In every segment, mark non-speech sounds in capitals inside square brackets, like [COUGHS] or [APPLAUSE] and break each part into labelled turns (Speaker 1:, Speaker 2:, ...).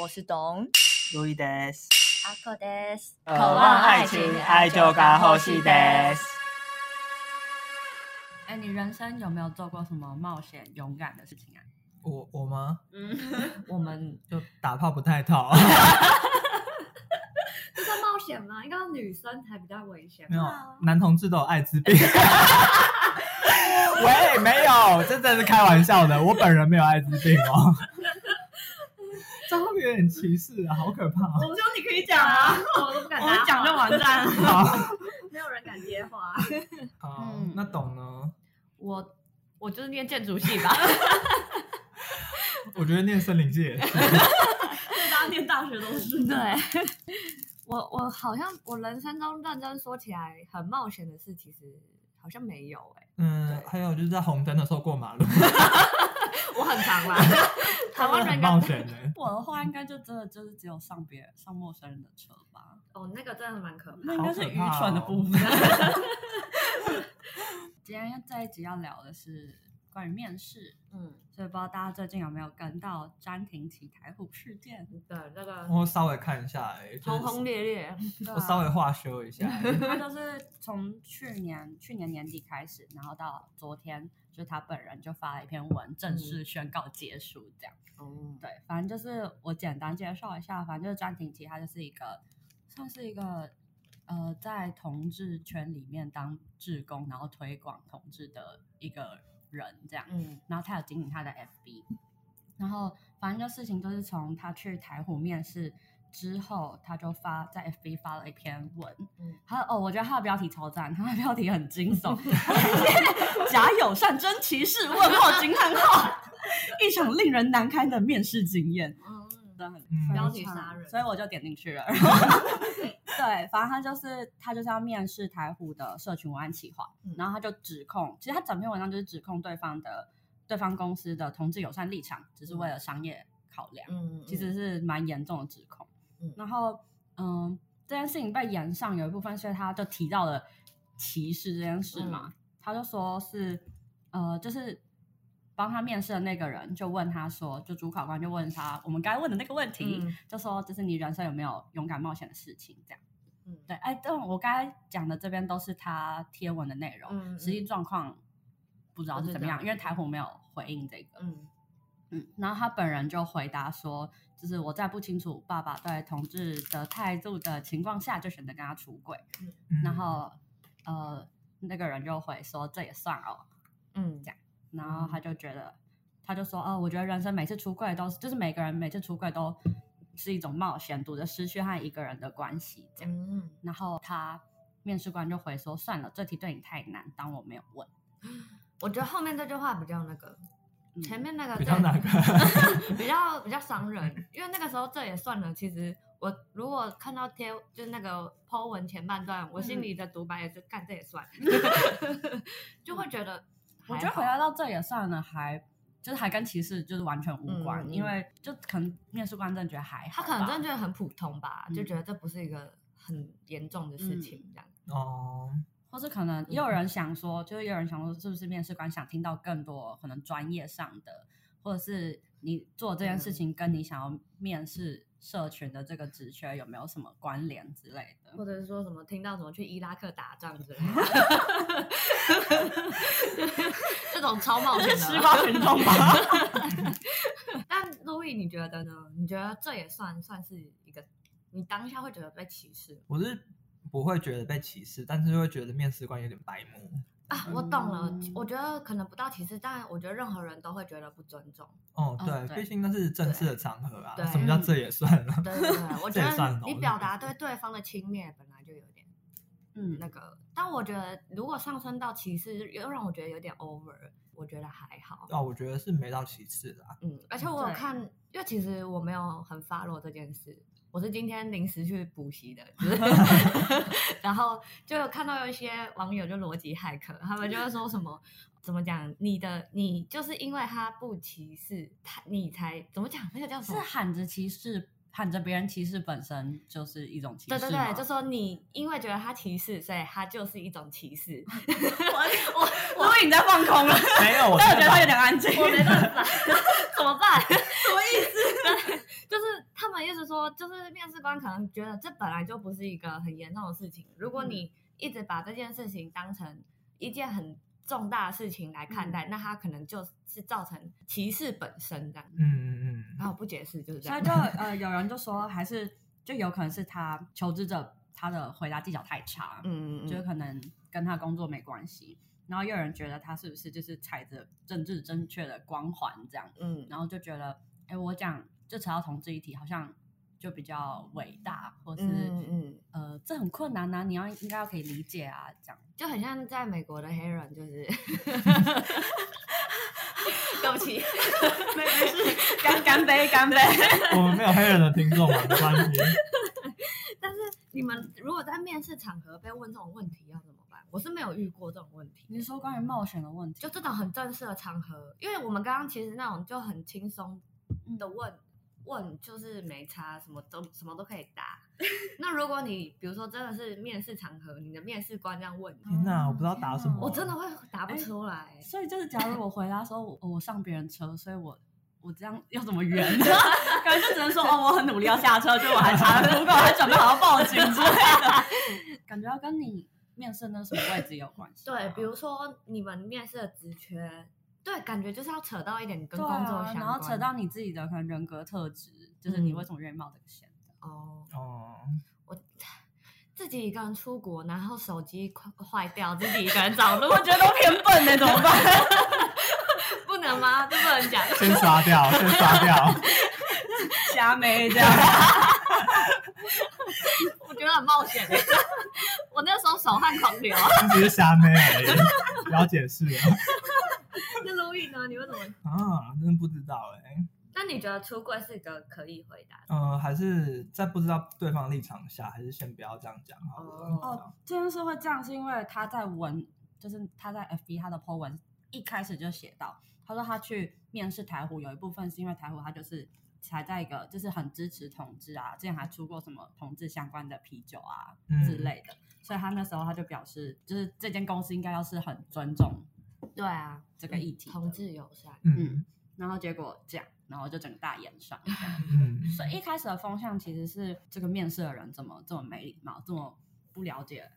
Speaker 1: 我是董
Speaker 2: 路易德斯，
Speaker 1: 阿克德斯，
Speaker 2: 渴望爱情，爱就该呼吸德斯。
Speaker 3: 哎，你人生有没有做过什么冒险、勇敢的事情啊？
Speaker 2: 我我吗？
Speaker 3: 嗯，
Speaker 2: 我们就打炮不太套，
Speaker 4: 这算冒险吗？应该女生才比较危险
Speaker 2: [LAUGHS] 没有
Speaker 4: 吧。
Speaker 2: 男同志都有艾滋
Speaker 3: [LAUGHS]
Speaker 2: 病。喂，没有，这真的是开玩笑的，我本人没有艾滋病
Speaker 3: [LAUGHS]
Speaker 2: 哦。这会不会有点歧视啊？好可怕、
Speaker 3: 我们
Speaker 2: 哦！
Speaker 3: 说你可以讲啊，
Speaker 4: 我都不敢
Speaker 3: 我们
Speaker 4: 搭
Speaker 3: 讲
Speaker 4: 话，
Speaker 3: 就完蛋了。
Speaker 2: 好，
Speaker 4: [LAUGHS] 没有人敢接话。
Speaker 2: 好
Speaker 3: 嗯
Speaker 2: 那懂呢？
Speaker 3: 我我就是念建筑系吧，
Speaker 2: [LAUGHS] 我觉得念森林系
Speaker 3: [LAUGHS]
Speaker 2: 也是。
Speaker 3: 大家念大学都是。
Speaker 4: 对，我我好像我人生中认真说起来很冒险的事，其实好像没有
Speaker 3: [LAUGHS]
Speaker 4: 哎、
Speaker 2: 嗯，还有就是在红灯的时候过马路， [LAUGHS]
Speaker 4: 我很常啦。台湾
Speaker 2: 很
Speaker 4: 人
Speaker 2: 冒
Speaker 4: 敢
Speaker 2: 险的。
Speaker 3: 我的话应该就真的就是只有上别人上陌生人的车吧，
Speaker 4: 哦，那个真的蛮可怕的。
Speaker 3: 那应该是愚
Speaker 2: 哦
Speaker 3: 蠢的部分。今天这一集要聊的是关于面试，
Speaker 4: 嗯，
Speaker 3: 所以不知道大家最近有没有跟到詹婷琪台虎事件？
Speaker 4: 嗯对，那个
Speaker 2: 我稍微看一下、
Speaker 4: [LAUGHS]
Speaker 2: 欸，就是
Speaker 4: 轰轰烈烈，
Speaker 2: 我稍微化修一
Speaker 3: [LAUGHS]
Speaker 2: 下、哎
Speaker 3: 他就是从去年去年年底开始，然后到昨天，就是他本人就发了一篇文，正
Speaker 4: 嗯
Speaker 3: 式宣告结束这样。
Speaker 4: 哦，
Speaker 3: 对，反正就是我简单介绍一下，反正就是詹婷琪，她就是一个算是一个呃，在同志圈里面当志工，然后推广同志的一个人这样。
Speaker 4: 嗯
Speaker 3: 然后他有经营他的 FB，然后反正就事情都是从他去台虎面试之后，他就发在 FB 发了一篇文，
Speaker 4: 嗯
Speaker 3: 他哦，我觉得他的标题超赞，他的标题很惊悚， [LAUGHS] 假友善真歧视？问号惊叹号，一场令人难堪的面试经验，
Speaker 4: 嗯，
Speaker 3: 真的很
Speaker 2: 嗯
Speaker 4: 标题杀人
Speaker 3: 所以我就点进去了。然后 [LAUGHS] 对，反正他就是他就是要面试台虎的社群文案企划，
Speaker 4: 嗯
Speaker 3: 然后他就指控，其实他整篇文章就是指控对方的对方公司的同志友善立场，只是为了商业考量，
Speaker 4: 嗯，
Speaker 3: 其实是蛮严重的指控。
Speaker 4: 嗯
Speaker 3: 然后嗯，这件事情被延上有一部分，所以他就提到了歧视这件事嘛，
Speaker 4: 嗯
Speaker 3: 他就说是呃，就是帮他面试的那个人就问他说，就主考官就问他我们该问的那个问题，
Speaker 4: 嗯
Speaker 3: 就说就是你人生有没有勇敢冒险的事情这样。
Speaker 4: 嗯
Speaker 3: 对，哎，但我刚才讲的这边都是他贴文的内容，
Speaker 4: 嗯嗯
Speaker 3: 实际状况不知道是怎么样，
Speaker 4: 不知
Speaker 3: 因
Speaker 4: 道
Speaker 3: 为台虎没有回应这个。
Speaker 4: 嗯
Speaker 3: 嗯，然后他本人就回答说，就是我在不清楚爸爸对同志的态度的情况下，就选择跟他出轨。
Speaker 2: 嗯
Speaker 3: 然后，呃，那个人就回说这也算哦，
Speaker 4: 嗯，
Speaker 3: 然后他就觉得，他就说，哦，我觉得人生每次出柜都是，就是每个人每次出柜都是一种冒险，赌着失去和一个人的关系这样。
Speaker 4: 嗯
Speaker 3: 然后他面试官就回说，算了，这题对你太难，当我没有问。
Speaker 4: 我觉得后面这句话比较那个，
Speaker 3: 嗯
Speaker 4: 前面那个
Speaker 2: 比
Speaker 4: 在
Speaker 2: 较哪个？
Speaker 4: [LAUGHS] 比较比较伤人，因为那个时候这也算了。其实我如果看到贴就是那个 Po 文前半段，我心
Speaker 3: 嗯
Speaker 4: 里的独白也是干这
Speaker 3: [LAUGHS]
Speaker 4: 也算，就会觉得
Speaker 3: 我觉得回
Speaker 4: 来
Speaker 3: 答到这也算了，还就是还跟歧视就是完全无关，
Speaker 4: 嗯嗯
Speaker 3: 因为就可能面试官真的觉得还好吧，
Speaker 4: 他可能真的觉得很普通吧，
Speaker 3: 嗯
Speaker 4: 就觉得这不是一个很严重的事情，这样
Speaker 2: [LAUGHS] 哦，
Speaker 3: 或是可能也有人想说，就是也有人想说，是不是面试官想听到更多可能专业上的，或者是你做这件事情跟你想要面试社群的这个职缺有没有什么关联之类
Speaker 4: [LAUGHS]
Speaker 3: 的？
Speaker 4: 或者是说什么听到什么去伊拉克打仗之类的， [LAUGHS] 这种超冒险的啊吧。
Speaker 3: 群众 [LAUGHS] 吧。
Speaker 4: 但路易，你觉得呢？你觉得这也算算是一个你当下会觉得被歧视吗？
Speaker 2: [LAUGHS] 我是不会觉得被歧视，但是会觉得面试官有点白目。
Speaker 4: 啊，我懂了。
Speaker 3: 嗯
Speaker 4: 我觉得可能不到歧视，但我觉得任何人都会觉得不尊重。
Speaker 2: 哦，
Speaker 3: 哦
Speaker 2: 对，
Speaker 3: 对
Speaker 2: 毕竟那是正式的场合啊
Speaker 4: 对，
Speaker 2: 什么叫这也算了？ [LAUGHS]
Speaker 4: 对对对，我
Speaker 2: 这
Speaker 4: 觉
Speaker 2: 也算
Speaker 4: 得
Speaker 2: 了
Speaker 4: 你表达对对方的轻蔑本来就有点
Speaker 3: 嗯，
Speaker 4: 那个，但我觉得如果上升到歧视，又让我觉得有点 over，我觉得还好。
Speaker 2: 哦，我觉得是没到歧视
Speaker 4: [LAUGHS]
Speaker 2: 啦。
Speaker 4: 嗯，而且我有
Speaker 3: 对
Speaker 4: 看，因为其实我没有很 follow 这件事，我是今天临时去补习的，
Speaker 3: [LAUGHS]
Speaker 4: 就是 [LAUGHS] 然后就有看到有一些网友就逻辑骇客，他们就会说什么。怎么讲？你的你就是因为他不歧视他，你才怎么讲？那个叫
Speaker 3: 是
Speaker 4: 什
Speaker 3: 啊
Speaker 4: 么？
Speaker 3: 喊着歧视，喊着别人歧视本身就是一种歧视
Speaker 4: 对
Speaker 3: 吗。
Speaker 4: 对对，就说你因为觉得他歧视，所以他就是一种歧
Speaker 3: [LAUGHS]
Speaker 4: 视。
Speaker 3: 我以为你在放空了，
Speaker 2: 没有，我
Speaker 3: 哎但我
Speaker 4: [LAUGHS]
Speaker 3: 觉得他有点安静。
Speaker 4: 我没办法，怎么办？什么意思？就是他们意思说，就是面试官可能觉得这本来就不是一个很严重的事情，如果
Speaker 3: 嗯
Speaker 4: 你一直把这件事情当成一件很重大的事情来看
Speaker 3: 嗯
Speaker 4: 待，那他可能就是造成歧视本身这样。
Speaker 2: 嗯嗯
Speaker 4: 然后不解释就是这
Speaker 3: 所以
Speaker 4: 样。
Speaker 3: 就呃，有人就说还是就有可能是他求职者他的回答技巧太差，
Speaker 4: 嗯嗯
Speaker 3: 就是
Speaker 4: 嗯，
Speaker 3: 可能跟他工作没关系。然后又有人觉得他是不是就是踩着政治正确的光环这样，
Speaker 4: 嗯
Speaker 3: 然后就觉得，哎，我讲就扯到同志议题，好像就比较伟大，或是、
Speaker 4: 嗯嗯，
Speaker 3: 呃，这很困难啊，你要应该要可以理解啊，这样。
Speaker 4: 就很像在美国的黑人，就是
Speaker 3: [LAUGHS]
Speaker 4: [LAUGHS] 对不起，
Speaker 3: [LAUGHS] 没没事，干干杯，干杯。
Speaker 2: 嗯，我们没有黑人的听众啊，没关系。
Speaker 4: 但是你们如果在面试场合被问这种问题要怎么办？我是没有遇过这种问题，
Speaker 3: [LAUGHS] 你是说关于冒险的问题
Speaker 4: 就，这种很正式的场合，因为我们刚刚其实那种就很轻松
Speaker 3: 嗯
Speaker 4: 的问问，就是没差，什么都什么都可以答。那如果你比如说真的是面试场合，你的面试官这样问
Speaker 3: 哦
Speaker 4: 你，
Speaker 2: 天哪，我不知道答什么，
Speaker 4: 我真的会答
Speaker 3: 哎
Speaker 4: 不出来、
Speaker 3: 所以就是假如我回答说我哦我上别人车，所以我我这样要怎么圆？ [LAUGHS] 可能就只能说哦，我很努力要下车，就我还查了 g o 我还准备好要报警之类的， [LAUGHS] 感觉要跟你面试那什么位置有关系。
Speaker 4: 对，比如说你们面试的职缺，对，感觉就是要扯到一点跟
Speaker 3: 对
Speaker 4: 工作
Speaker 3: 啊，
Speaker 4: 相关，
Speaker 3: 然后扯到你自己的可能人格特质，就是你
Speaker 4: 嗯
Speaker 3: 为什么愿意冒这个 [LAUGHS] 险。
Speaker 4: 哦，
Speaker 2: 哦，
Speaker 4: 我自己一个人出国，然后手机快坏掉，自己一个人找路，
Speaker 3: 觉得都偏笨那怎么办？ [LAUGHS]
Speaker 4: 不能吗？这不能讲。
Speaker 2: 先刷掉，先刷掉。 [LAUGHS]
Speaker 3: 瞎妹这样，
Speaker 4: 我觉得很冒险。欸我那时候手汗狂流。
Speaker 2: 你只是瞎妹而已，不要解释了
Speaker 4: 那 Louis 呢？你为什么？
Speaker 2: 啊！真的不知道哎、
Speaker 4: 那你觉得出柜是一个可以回答的？
Speaker 2: 呃，还是在不知道对方立场下，还是先不要这样讲好了。
Speaker 3: 哦，这件事会这样，是因为他在文，就是他在 FB 他的 po 文一开始就写到，他说他去面试台虎，有一部分是因为台虎他就是还在一个就是很支持同志啊，之前还出过什么同志相关的啤酒啊
Speaker 2: 嗯
Speaker 3: 之类的，所以他那时候他就表示，就是这间公司应该要是很尊重
Speaker 4: 对啊，
Speaker 3: 这个议题的
Speaker 4: 同志友善。
Speaker 2: 嗯
Speaker 3: 然后结果这样，然后就整个大演上。
Speaker 2: 嗯
Speaker 3: 所以一开始的风向其实是这个面试的人怎么这么没礼貌，这么不了解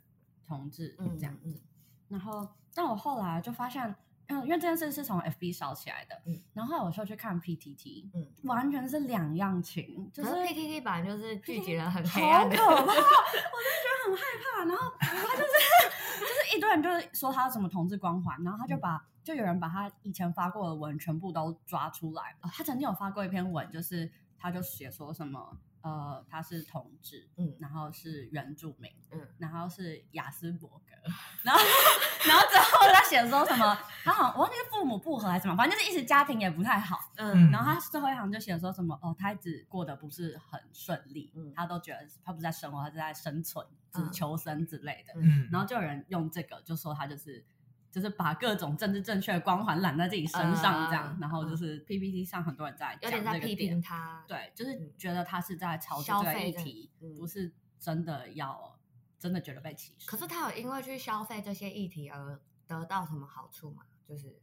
Speaker 3: 同志
Speaker 4: 嗯，
Speaker 3: 这样
Speaker 4: 嗯
Speaker 3: 子。然后，但我后来就发现，嗯，因为这件事是从 FB 烧起来的，
Speaker 4: 嗯
Speaker 3: 然后我就去看 PTT，
Speaker 4: 嗯，啊
Speaker 3: 完全是两样情，就
Speaker 4: 可
Speaker 3: 是
Speaker 4: 是 PTT 版就是聚集了很黑
Speaker 3: 好
Speaker 4: 暗
Speaker 3: 可
Speaker 4: 的，
Speaker 3: 怕， [LAUGHS] 我真的觉得很害怕。然后他就是就是一堆人就是说他什么同志光环，然后他
Speaker 4: 嗯
Speaker 3: 就把、就有人把他以前发过的文全部都抓出来。呃他曾经有发过一篇文，就是他就写说什么呃他是同志，
Speaker 4: 嗯
Speaker 3: 然后是原住民，
Speaker 4: 嗯
Speaker 3: 然后是雅斯伯格，然后 [LAUGHS] 然后之后他写说什么他好像我忘记是父母不和还是什么，反正就是一直家庭也不太好。
Speaker 4: 嗯
Speaker 3: 然后他最后一行就写说什么哦，他一直过得不是很顺利，
Speaker 4: 嗯
Speaker 3: 他都觉得他不是在生活，他是在生存、只
Speaker 4: 嗯
Speaker 3: 求生之类的。
Speaker 2: 嗯，
Speaker 3: 然后就有人用这个就说他就是就是把各种政治正确的光环揽在自己身上，这样，
Speaker 4: 嗯
Speaker 3: 然后就是 PPT 上很多人在
Speaker 4: 有
Speaker 3: 讲
Speaker 4: 点在
Speaker 3: 这个
Speaker 4: 批
Speaker 3: 点
Speaker 4: 评，他。
Speaker 3: 对，就是
Speaker 4: 嗯
Speaker 3: 觉得他是在嘲
Speaker 4: 消
Speaker 3: 笑这个
Speaker 4: 费
Speaker 3: 议
Speaker 4: 的
Speaker 3: 题，
Speaker 4: 嗯
Speaker 3: 不是真的要真的觉得被歧视。
Speaker 4: 可是他有因为去消费这些议题而得到什么好处吗？就是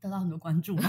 Speaker 3: 得到很多关注嘛，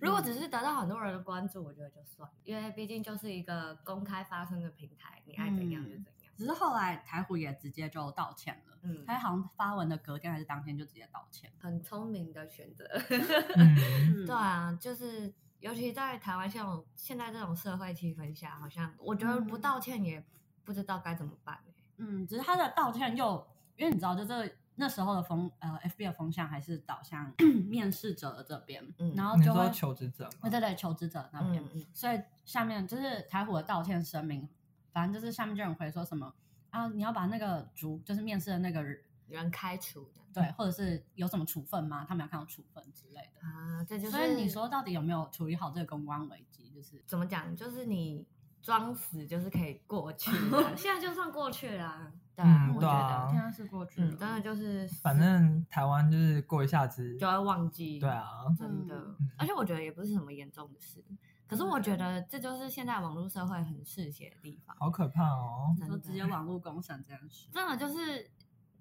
Speaker 4: 如果只是得到很多人的关注，我觉得就算了，因为毕竟就是一个公开发声的平台，你爱怎样就怎样。
Speaker 3: [LAUGHS] 只是后来台虎也直接就道歉了，
Speaker 4: 嗯，
Speaker 3: 他好像发文的隔天还是当天就直接道歉。
Speaker 4: 很聪明的选择。
Speaker 2: 嗯
Speaker 3: 嗯
Speaker 4: 对啊，就是尤其在台湾这种现在这种社会气氛下，好像我觉得不
Speaker 3: 嗯
Speaker 4: 道歉也不知道该怎么办、欸、
Speaker 3: 嗯，只是他的道歉又，因为你知道，就这个那时候的风呃，FB 的风向还是导向 [CLEARS THROAT] 面试者这边，
Speaker 4: 嗯
Speaker 3: 然后
Speaker 2: 你
Speaker 3: 就会
Speaker 2: 说求职者
Speaker 3: 呃
Speaker 2: 吗？
Speaker 3: 对对求职者那边，
Speaker 4: 嗯嗯
Speaker 3: 所以下面就是台虎的道歉声明，反正就是下面就有人回说什么啊，你要把那个主就是面试的那个人
Speaker 4: 人开除的
Speaker 3: 对，或者是有什么处分吗？他们要看到处分之类 [LAUGHS] 的。
Speaker 4: 啊，这就是
Speaker 3: 所以你说到底有没有处理好这个公关危机？就是
Speaker 4: 怎么讲？就是你装死就是可以过去的现在就算过去啦。对啊，我
Speaker 2: 嗯对
Speaker 4: 觉
Speaker 2: 啊
Speaker 4: 得，
Speaker 3: 天啊是过去了，
Speaker 4: 嗯，真的就是
Speaker 2: 反正台湾就是过一下子，
Speaker 4: 就会忘记。
Speaker 2: 对，啊，
Speaker 4: 真的
Speaker 2: 嗯，
Speaker 4: 而且我觉得也不是什么严重的事。可是我觉得这就是现在网络社会很嗜血的地方，
Speaker 2: 好可怕哦。
Speaker 3: 你说
Speaker 4: 真
Speaker 3: 直接
Speaker 4: 的，
Speaker 3: 网络公审这件事，
Speaker 4: 真的就是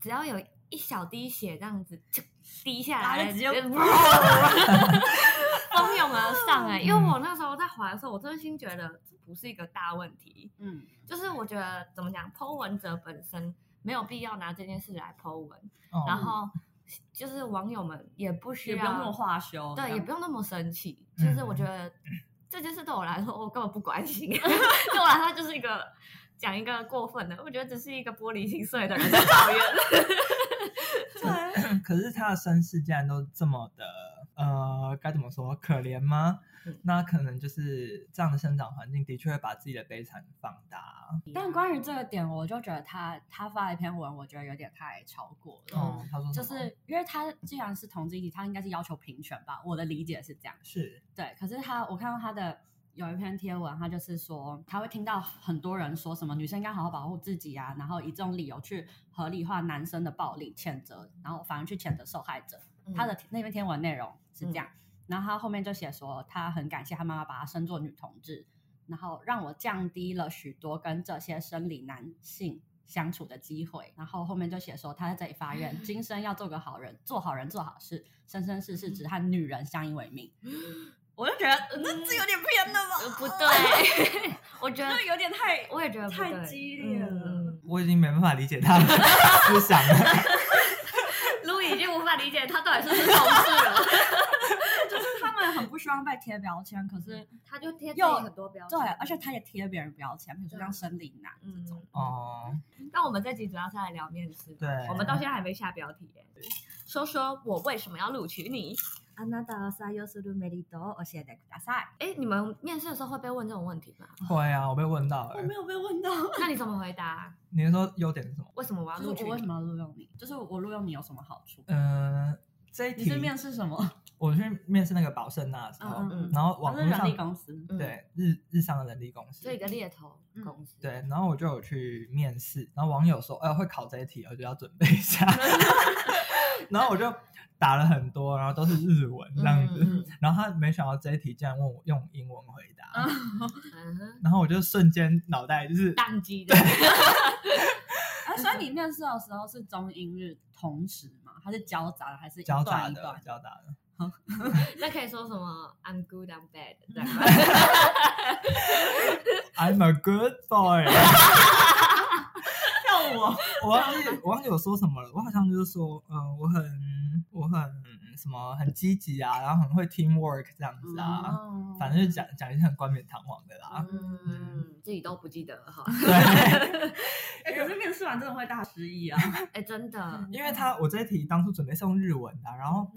Speaker 4: 只要有一小滴血这样子就滴
Speaker 3: [LAUGHS]
Speaker 4: 下 [LAUGHS]
Speaker 3: 大家
Speaker 4: 来，
Speaker 3: 就直接
Speaker 4: 就反蜂拥而上哎、因为
Speaker 2: 嗯
Speaker 4: 我那时候在滑的时候，我真心觉得这不是一个大问题，
Speaker 3: 嗯，
Speaker 4: 就是我觉得怎么讲，Po 文者本身没有必要拿这件事来 Po 文，
Speaker 2: 哦
Speaker 4: 然后就是网友们也不需
Speaker 3: 也
Speaker 4: 要
Speaker 3: 不用那么化修，
Speaker 4: 对，
Speaker 3: 这
Speaker 4: 也
Speaker 3: 样
Speaker 4: 不用那么生气。
Speaker 2: 嗯
Speaker 4: 就是我觉得这件事对我来说，我根本不关心。 [LAUGHS] 对我来说，就是一个讲一个过分的，我觉得只是一个玻璃心碎的人在抱怨。
Speaker 2: 可是他的身世竟然都这么的，呃，该怎么说，可怜吗？
Speaker 4: 嗯
Speaker 2: 那可能就是这样的生长环境，的确会把自己的悲惨放大。
Speaker 3: 但关于这个点，我就觉得他他发了一篇文，我觉得有点太超过了。
Speaker 2: 哦，他说什
Speaker 3: 就
Speaker 2: 么
Speaker 3: 是因为他既然是同志议题，他应该是要求平权吧？我的理解是这样。
Speaker 2: 是，
Speaker 3: 对，可是他我看到他的有一篇贴文，他就是说他会听到很多人说什么女生应该好好保护自己啊，然后以这种理由去合理化男生的暴力谴责，然后反而去谴责受害者。
Speaker 4: 嗯 [LAUGHS]
Speaker 3: 他的那篇贴文内容是这样，然后他后面就写说他很感谢他妈妈把他生做女同志，然后让我降低了许多跟这些生理男性。相处的机会，然后后面就写说他在这里发
Speaker 4: [LAUGHS]
Speaker 3: 愿，今生要做个好人，做好人做好事，生生世世
Speaker 4: 嗯
Speaker 3: 只和女人相依为
Speaker 4: [LAUGHS]
Speaker 3: 命。我就觉得呃这这有点偏了吧？
Speaker 4: 呃
Speaker 3: [LAUGHS]
Speaker 4: 不对， [LAUGHS] 我觉得
Speaker 3: 这 [LAUGHS] 有点太
Speaker 4: 我也觉得 [LAUGHS] 不对
Speaker 3: 太激烈了。
Speaker 4: 嗯
Speaker 2: 我已经没办法理解他的 [LAUGHS] 思想了。
Speaker 4: 路已经无法理解他到底是不是同事了，
Speaker 3: 就是他们很不希望被贴标签，可是
Speaker 4: [LAUGHS] 他就贴自己
Speaker 3: 又
Speaker 4: 很多标签。
Speaker 3: 对，而且他也贴别人标签，比如说像生理男这
Speaker 4: 嗯
Speaker 3: 种。，
Speaker 2: 哦，
Speaker 4: 那我们这集主要是来聊面试，
Speaker 2: 对
Speaker 4: 我们到现在还没下标题耶。说说我为什么要录取你？
Speaker 1: あなたを採用するメリットを教えてください。
Speaker 4: 哎，你们面试的时候会被问这种问题吗？
Speaker 2: 会啊，我被问到了、
Speaker 3: 我没有被问到，
Speaker 4: 那你怎么回答？
Speaker 2: 你是说优点是什么？
Speaker 4: 为什么我要录
Speaker 3: 就是
Speaker 4: 取
Speaker 3: 我为
Speaker 4: 你
Speaker 3: 什？么要录用你？就是我录用你有什么好处？
Speaker 2: 嗯，这一
Speaker 3: 你
Speaker 2: 题
Speaker 3: 是面试什么？
Speaker 2: 我去面试那个宝盛那的时候，
Speaker 3: 嗯嗯，
Speaker 2: 然后网
Speaker 3: 我
Speaker 2: 络
Speaker 3: 是人
Speaker 2: 上
Speaker 3: 力公司。
Speaker 4: 嗯，
Speaker 2: 对日日商的人力公司，
Speaker 4: 就一个猎头
Speaker 1: 嗯
Speaker 4: 公司。
Speaker 2: 对，然后我就有去面试，然后网友说，呃，会考这一题，我就要准备一
Speaker 3: [LAUGHS]
Speaker 2: 下。然后我就打了很多，然后都是日文这样子。
Speaker 4: 嗯
Speaker 2: 然后他没想到这一题竟然问我用英文回
Speaker 3: [LAUGHS]
Speaker 2: 答，
Speaker 4: 嗯哼，
Speaker 2: 然后我就瞬间脑袋就是
Speaker 4: 宕机的。
Speaker 3: 啊，所以你面试的时候是中英日同时吗？还是交杂的？还是一
Speaker 2: 交杂
Speaker 3: 段一
Speaker 2: 的 [LAUGHS]
Speaker 3: 段，？
Speaker 2: 交杂的。
Speaker 4: [LAUGHS] 那可以说什么？I'm good, I'm bad，这样
Speaker 2: [LAUGHS]
Speaker 4: 吗
Speaker 2: I'm a good boy 。
Speaker 3: 跳舞？
Speaker 2: [LAUGHS] 我忘记我忘记我说什么了，我好像就是说，嗯、我很我很什么很积极啊，然后很会 teamwork 这样子啊，
Speaker 3: 哦
Speaker 2: 反正就讲讲一些很冠冕堂皇的啦。
Speaker 4: 嗯，自己都不记得了哈。
Speaker 2: 对。 [LAUGHS]
Speaker 3: 哎可是面试完真的会大失忆啊！
Speaker 4: 哎，真的，
Speaker 2: [LAUGHS] 因为他我这一题当初准备送日文的，啊然后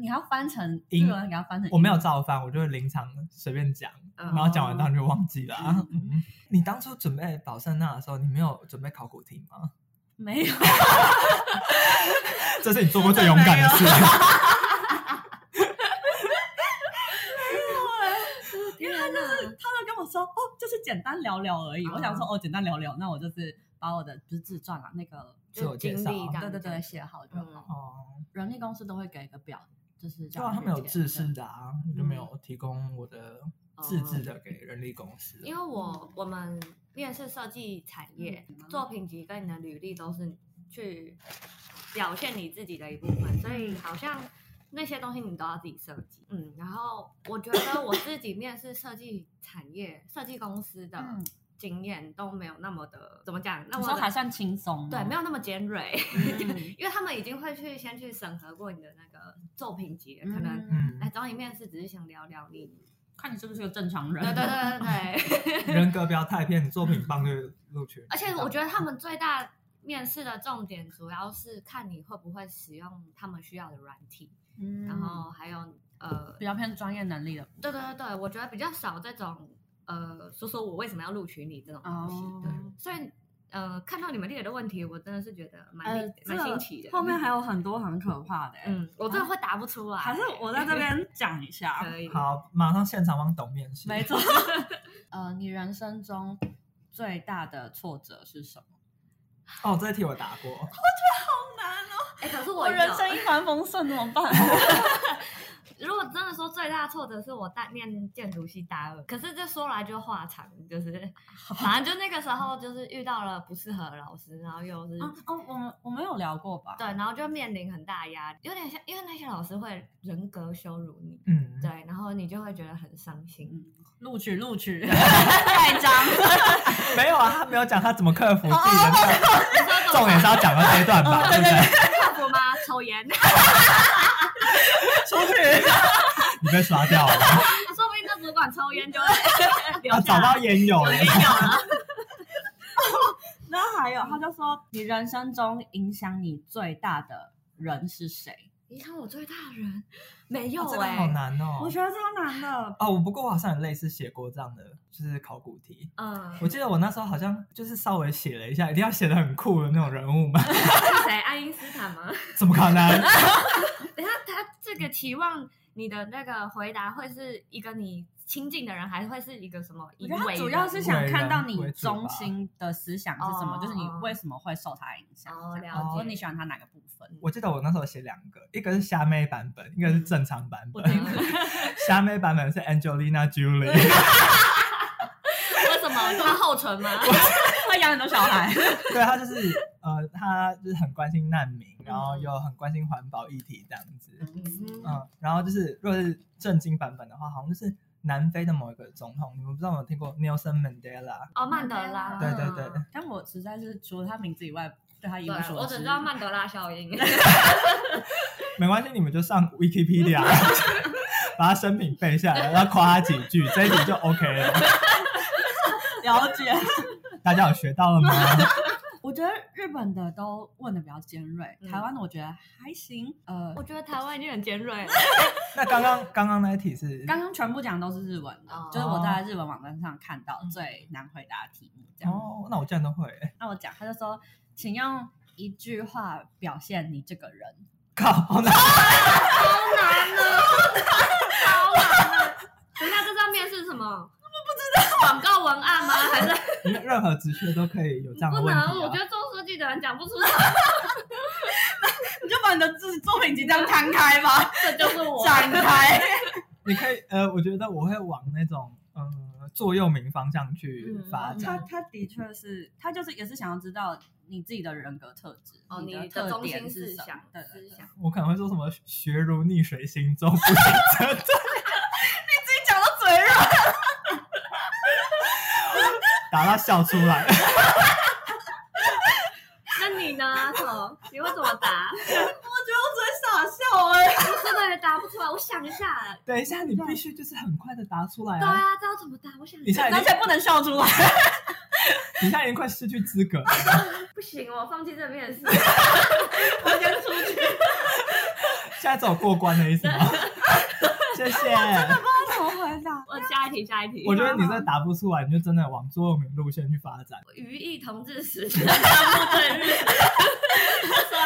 Speaker 3: 你还要翻成
Speaker 2: 英
Speaker 3: 日文，给它翻成
Speaker 2: 我没有照翻，我就临场随便讲，
Speaker 4: 嗯
Speaker 2: 然后讲完当然就忘记了啊、嗯你当初准备保圣那的时候，你没有准备考古题吗？
Speaker 3: 没有。
Speaker 2: 这是你做过最勇敢的事。
Speaker 3: 因为他就是他就跟我说，哦，就是简单聊聊而已。
Speaker 4: 哦
Speaker 3: 我想说，
Speaker 2: 啊
Speaker 3: 哦，简单聊聊，那我就是把我的不是自传啊啦，那个
Speaker 2: 自我介
Speaker 4: 经历这
Speaker 2: 绍
Speaker 4: 样
Speaker 3: 对对对
Speaker 4: 子
Speaker 3: 写好就好。
Speaker 4: 嗯
Speaker 2: 哦，
Speaker 3: 人力公司都会给一个表，就是
Speaker 2: 对
Speaker 3: 叫
Speaker 2: 啊，
Speaker 3: 你
Speaker 2: 他们有
Speaker 3: 去填
Speaker 2: 自制
Speaker 3: 的。
Speaker 2: 的啊，我就没有提供我的自制的给人力公司。
Speaker 4: 因为我我们面试设计产业
Speaker 3: 嗯
Speaker 4: 作品集跟你的履历都是去表现你自己的一部分，所
Speaker 3: 嗯
Speaker 4: 以好像那些东西你都要自己设计。嗯，然后我觉得我自己面试设计产业、设计公司的
Speaker 3: 嗯
Speaker 4: 经验都没有那么的怎么讲，那
Speaker 3: 你
Speaker 4: 么
Speaker 3: 说
Speaker 4: 的
Speaker 3: 还算轻松吗，
Speaker 4: 对，没有那么尖锐， [LAUGHS]
Speaker 3: [LAUGHS] 嗯
Speaker 4: 因为他们已经会去先去审核过你的那个作品集了，
Speaker 3: 嗯
Speaker 4: 可能
Speaker 2: 嗯
Speaker 4: 来，找你面试只是想聊聊你。
Speaker 3: 看你是不是个正常人。
Speaker 4: 对对对对对，
Speaker 2: 人格不要太偏，你作品棒就录取。
Speaker 4: 而且我觉得
Speaker 3: 嗯
Speaker 4: 他们最大面试的重点主要是看你会不会使用他们需要的软体，
Speaker 3: [LAUGHS] 嗯
Speaker 4: 然后还有呃，
Speaker 3: 比较偏专业能力的。
Speaker 4: 对对对对，我觉得比较少这种呃，说说我为什么要录取你这种东西。
Speaker 3: 哦
Speaker 4: 对，所以呃，看到你们列的问题，我真的是觉得蛮厉、
Speaker 3: 呃这
Speaker 4: 蛮新奇的。
Speaker 3: 后面还有很多很可怕的、欸，
Speaker 4: 嗯，我真的会答不出来、
Speaker 3: 还是我在这边讲一 [LAUGHS] 下。
Speaker 4: [LAUGHS] 可以。
Speaker 2: 好，马上现场帮懂面试。
Speaker 3: [LAUGHS] 没错。呃，你人生中最大的挫折是什么？
Speaker 2: 哦，这一题我答过。
Speaker 3: 难哦，
Speaker 4: 哎、可是我
Speaker 3: 我
Speaker 4: 有
Speaker 3: 人生一帆风顺怎么办？
Speaker 4: 如果真的说最大的挫折是我大念建筑系大二，可是这说来就话长，就是反正就那个时候就是遇到了不适合的老师，然后又是、
Speaker 2: 嗯
Speaker 3: 啊 [LAUGHS] 哦，我们我们有聊过吧？
Speaker 4: 对，然后就面临很大压力，有点像因为那些老师会人格羞辱你，
Speaker 2: 嗯，
Speaker 4: 对，然后你就会觉得很伤心。
Speaker 3: 录取录取， [LAUGHS] 盖 [LAUGHS] 章。
Speaker 2: 没有啊，他没有讲他怎么克服自己的那个，重点是要讲到这一段吧，对不对？
Speaker 4: 克服吗？抽
Speaker 2: [LAUGHS]
Speaker 4: 烟，
Speaker 2: 出去，你被刷掉了，
Speaker 4: 说不定这主管抽烟就
Speaker 2: [LAUGHS]
Speaker 4: 会留
Speaker 2: 要
Speaker 4: 下
Speaker 2: 找
Speaker 4: 来。啊
Speaker 2: 到烟友了。
Speaker 3: 然后还有，他就说你人生中影响你最大的人是谁？
Speaker 4: 影响我最大的人没有
Speaker 2: 哦这个
Speaker 4: 哎、
Speaker 2: 好难哦。
Speaker 3: 我觉得超难的。
Speaker 2: 哦，我不过我好像有类似写过这样的，就是考古题。
Speaker 4: 嗯，
Speaker 2: 我记得我那时候好像就是稍微写了一下，一定要写的很酷的那种人物吧？
Speaker 4: 是谁？爱因斯坦吗？
Speaker 2: 怎么可能？
Speaker 4: 等一下他这个期望你的那个回答会是一个你亲近的人，还是会是一个什么？
Speaker 3: 我
Speaker 4: 以
Speaker 3: 觉得他
Speaker 4: 为
Speaker 3: 主
Speaker 4: 人
Speaker 3: 要是想看到
Speaker 2: 为
Speaker 3: 你
Speaker 2: 人为主吧
Speaker 3: 中心的思想是什么，
Speaker 4: 哦
Speaker 3: 就是你为什么会受他影响，
Speaker 4: 哦
Speaker 3: 这样
Speaker 2: 了解
Speaker 3: 或者你喜欢他哪个部分？ [LAUGHS]
Speaker 2: 我记得我那时候写两个，一个是虾妹版本，一个是正常版本。
Speaker 4: 嗯
Speaker 2: 虾妹版本是 Angelina Jolie，
Speaker 4: 为什么
Speaker 3: [LAUGHS]
Speaker 4: 他厚唇吗？
Speaker 3: 会养很多小孩，
Speaker 2: [LAUGHS] 对她就是呃，她就是很关心难民，然后又很关心环保议题这样子。
Speaker 3: [LAUGHS]
Speaker 4: 嗯
Speaker 2: 嗯，然后就是如果是正经版本的话，好像就是南非的某一个总统，你们不知道有没有听过 Nelson Mandela？
Speaker 4: 哦，曼德拉，
Speaker 2: 对对对，
Speaker 4: 嗯
Speaker 3: 但我实在是除了他名字以外，对他一无所知。
Speaker 4: 对，我只知道曼德拉
Speaker 3: [LAUGHS]
Speaker 4: 效应。
Speaker 2: 没关系，你们就上 Wikipedia [LAUGHS] 把他生平背下来，然后夸他几句，这一集就 OK 了。
Speaker 3: 了解。 [LAUGHS]
Speaker 2: 大家有学
Speaker 4: [LAUGHS]
Speaker 2: 到了吗？
Speaker 3: 我觉得日本的都问的比较尖锐，
Speaker 4: 嗯
Speaker 3: 台湾的我觉得还行。呃，
Speaker 4: 我觉得台湾已经很尖锐了。
Speaker 2: 那刚刚刚刚那一题是
Speaker 3: 刚刚全部讲都是日文的，
Speaker 4: 哦
Speaker 3: 就是我在日文网站上看到
Speaker 4: 嗯
Speaker 3: 最难回答的题目。这样，
Speaker 2: 哦，那我竟然都会
Speaker 3: 那我讲，他就说，请用一句话表现你这个人。
Speaker 2: 靠，
Speaker 4: [LAUGHS]
Speaker 2: 好难。
Speaker 4: 超难了。等一下，这上面是什么？我不知道广告文案吗？还是
Speaker 2: 任何职缺都可以有这样的
Speaker 4: 不
Speaker 2: 问题、啊。
Speaker 4: 能？我觉得做设计的人讲不出来，
Speaker 3: 你就把你的自作品集这样摊开吧，
Speaker 4: 这就
Speaker 3: [LAUGHS]
Speaker 4: 是我。
Speaker 3: 开。
Speaker 2: 你可以，呃，我觉得我会往那种嗯座右铭方向去
Speaker 4: 嗯
Speaker 2: 发
Speaker 4: 嗯
Speaker 2: 展。
Speaker 3: 他他的确是，他就是也是想要知道你自己的人格特质，
Speaker 4: 哦，你
Speaker 3: 的
Speaker 4: 的
Speaker 3: 特
Speaker 4: 中
Speaker 3: 点
Speaker 4: 心
Speaker 3: 是
Speaker 4: 思
Speaker 3: 什么
Speaker 4: 想？，
Speaker 3: 对对
Speaker 4: 思
Speaker 3: 对
Speaker 4: 想。
Speaker 2: 我可能会说什么“学如逆水行舟，不行则退
Speaker 3: 自己讲到嘴软，”，
Speaker 2: [LAUGHS] 打到笑出来。
Speaker 4: 那你呢？头，你会怎么答？
Speaker 3: 我觉得我只会傻笑哎、
Speaker 4: 我真的也答不出来，我想一下。
Speaker 2: 等一下，你必须就是很快的答出来
Speaker 4: 对
Speaker 2: 啊！
Speaker 4: 啊，这要怎么答？我想
Speaker 2: 你
Speaker 4: 一
Speaker 2: 现
Speaker 4: 下。
Speaker 2: 在
Speaker 3: 而
Speaker 2: 已经，
Speaker 3: 且不能笑出来。
Speaker 2: 你现在已经快失去资格了。 [LAUGHS]
Speaker 4: 不行，我放弃这面试。
Speaker 2: 现在只有过关的意思吗？ [LAUGHS] 谢谢。
Speaker 3: 怎么回 [LAUGHS] 答？
Speaker 4: 我下一题，下一题。
Speaker 2: 我觉得你这答不出来，你就真的往座右铭路线去发展。
Speaker 4: 余意同志时 [LAUGHS] 期，算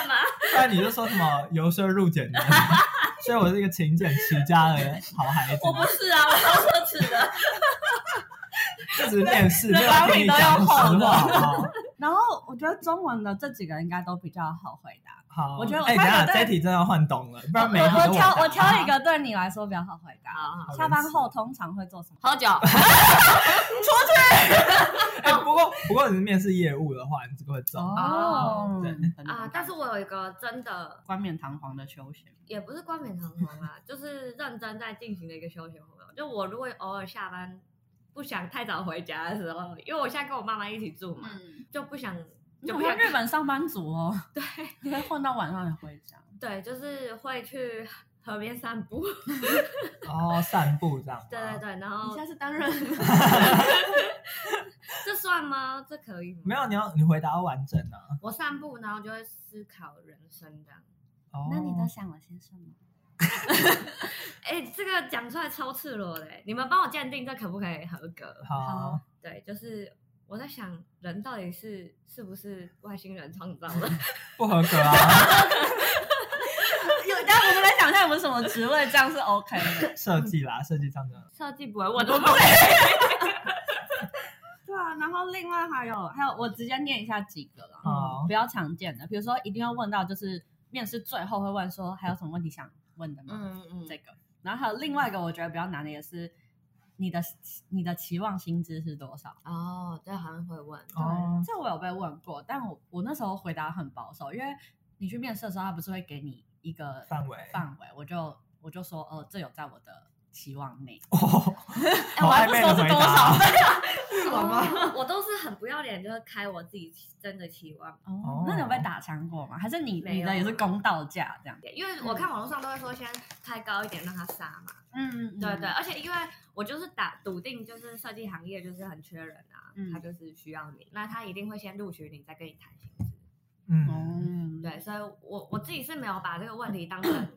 Speaker 4: 吗？
Speaker 2: 不然你就说什么由奢入俭难。 [LAUGHS] 所以我是一个勤俭持家的好孩子。
Speaker 4: 我不是啊，我超奢侈的。
Speaker 2: 这只是
Speaker 4: [LAUGHS]
Speaker 2: 面试，
Speaker 3: 人
Speaker 2: 没有要跟你讲实话，
Speaker 3: 人都要
Speaker 2: 好不好？
Speaker 3: [LAUGHS] 然后我觉得中文的这几个应该都比较好回答。
Speaker 2: 好，
Speaker 3: 我觉得我
Speaker 2: 哎，等一下
Speaker 3: 看得
Speaker 2: 这
Speaker 3: 对
Speaker 2: 一题真的要换懂了，不然每一
Speaker 3: 我
Speaker 2: 题都
Speaker 3: 我挑
Speaker 2: 答
Speaker 3: 我挑一个对你来说比较好回答。
Speaker 4: 好好
Speaker 2: 好
Speaker 3: 下班后通常会做什么？
Speaker 4: 喝酒，
Speaker 2: 哎，
Speaker 3: 哦
Speaker 2: 不过不过你是面试业务的话，你这个会中。
Speaker 4: 哦
Speaker 2: 对
Speaker 4: 啊，但是我有一个真的
Speaker 3: 冠冕堂皇的休闲，
Speaker 4: 也不是冠冕堂皇 [LAUGHS] 啊，就是认真在进行的一个休闲活动。就我如果偶尔下班不想太早回家的时候，因为我现在跟我妈妈一起住嘛，
Speaker 3: 嗯，
Speaker 4: 就不想
Speaker 3: 就
Speaker 4: 就不
Speaker 3: 像
Speaker 4: 想
Speaker 3: 日本上班族哦， [LAUGHS] 对，你会混到晚上才回家。
Speaker 4: 对，就是会去河边散步。 [LAUGHS]
Speaker 2: 哦，散步这样吗。
Speaker 4: 对对对，然后
Speaker 3: 次担任
Speaker 4: 这算吗？这可以吗？
Speaker 2: 没有，啊你要你回答要完整啊。
Speaker 4: 我散步，然后就会思考人生这样。
Speaker 3: [LAUGHS]
Speaker 2: 哦，
Speaker 3: 那你都想了些什么？
Speaker 4: 哎，这个讲出来超赤裸的欸，你们帮我鉴定这可不可以合格？
Speaker 2: 好啊
Speaker 3: 好，
Speaker 4: 对，就是我在想，人到底是是不是外星人创造的？ [LAUGHS]
Speaker 2: 不合格
Speaker 3: [LAUGHS]
Speaker 2: 啊，[LAUGHS]
Speaker 3: 有，但我们来想一下有没有什么职位这样是 OK 的。
Speaker 2: 设计啦，设计这样
Speaker 3: 嗯
Speaker 2: 的。
Speaker 4: 设计不会，我都不会。
Speaker 3: 对啊，然后另外还有还有，我直接念一下几个啦，
Speaker 2: 好
Speaker 3: 比较常见的，比如说一定要问到，就是面试最后会问说还有什么问题想问的吗？
Speaker 4: [LAUGHS] 嗯嗯
Speaker 3: 这个。然后还有另外一个我觉得比较难的也是你的你的期望薪资是多少？
Speaker 4: 哦，这好像会问。
Speaker 2: 哦
Speaker 3: 这我有被问过，但我我那时候回答很保守，因为你去面试的时候，他不是会给你一个
Speaker 2: 范围
Speaker 3: 范围，我就我就说哦，这有在我的期望内。哎
Speaker 2: 哦， [LAUGHS]
Speaker 3: 我
Speaker 2: 好
Speaker 3: 还
Speaker 2: 暧
Speaker 3: 不
Speaker 2: 昧
Speaker 3: 说
Speaker 2: 的
Speaker 3: 是
Speaker 2: 回
Speaker 3: 多少
Speaker 2: 答。
Speaker 3: 对啊
Speaker 2: 是我吗？
Speaker 4: [LAUGHS] 我都是很不要脸，就会开我自己真的期望。
Speaker 3: 哦，那你有被打枪过吗？还是你
Speaker 4: 没
Speaker 3: 你
Speaker 4: 有啊
Speaker 3: 的也是公道价这样？
Speaker 4: 因为我看网络上都会说先开高一点让他杀嘛，
Speaker 3: 嗯
Speaker 4: 对对，，而且因为我就是打笃定，就是设计行业就是很缺人啊，
Speaker 3: 嗯
Speaker 4: 他就是需要你，那他一定会先录取你，再跟你谈薪资。
Speaker 2: 嗯，
Speaker 3: 嗯，
Speaker 4: 对，，所以我我自己是没有把这个问题
Speaker 3: [COUGHS]
Speaker 4: 当成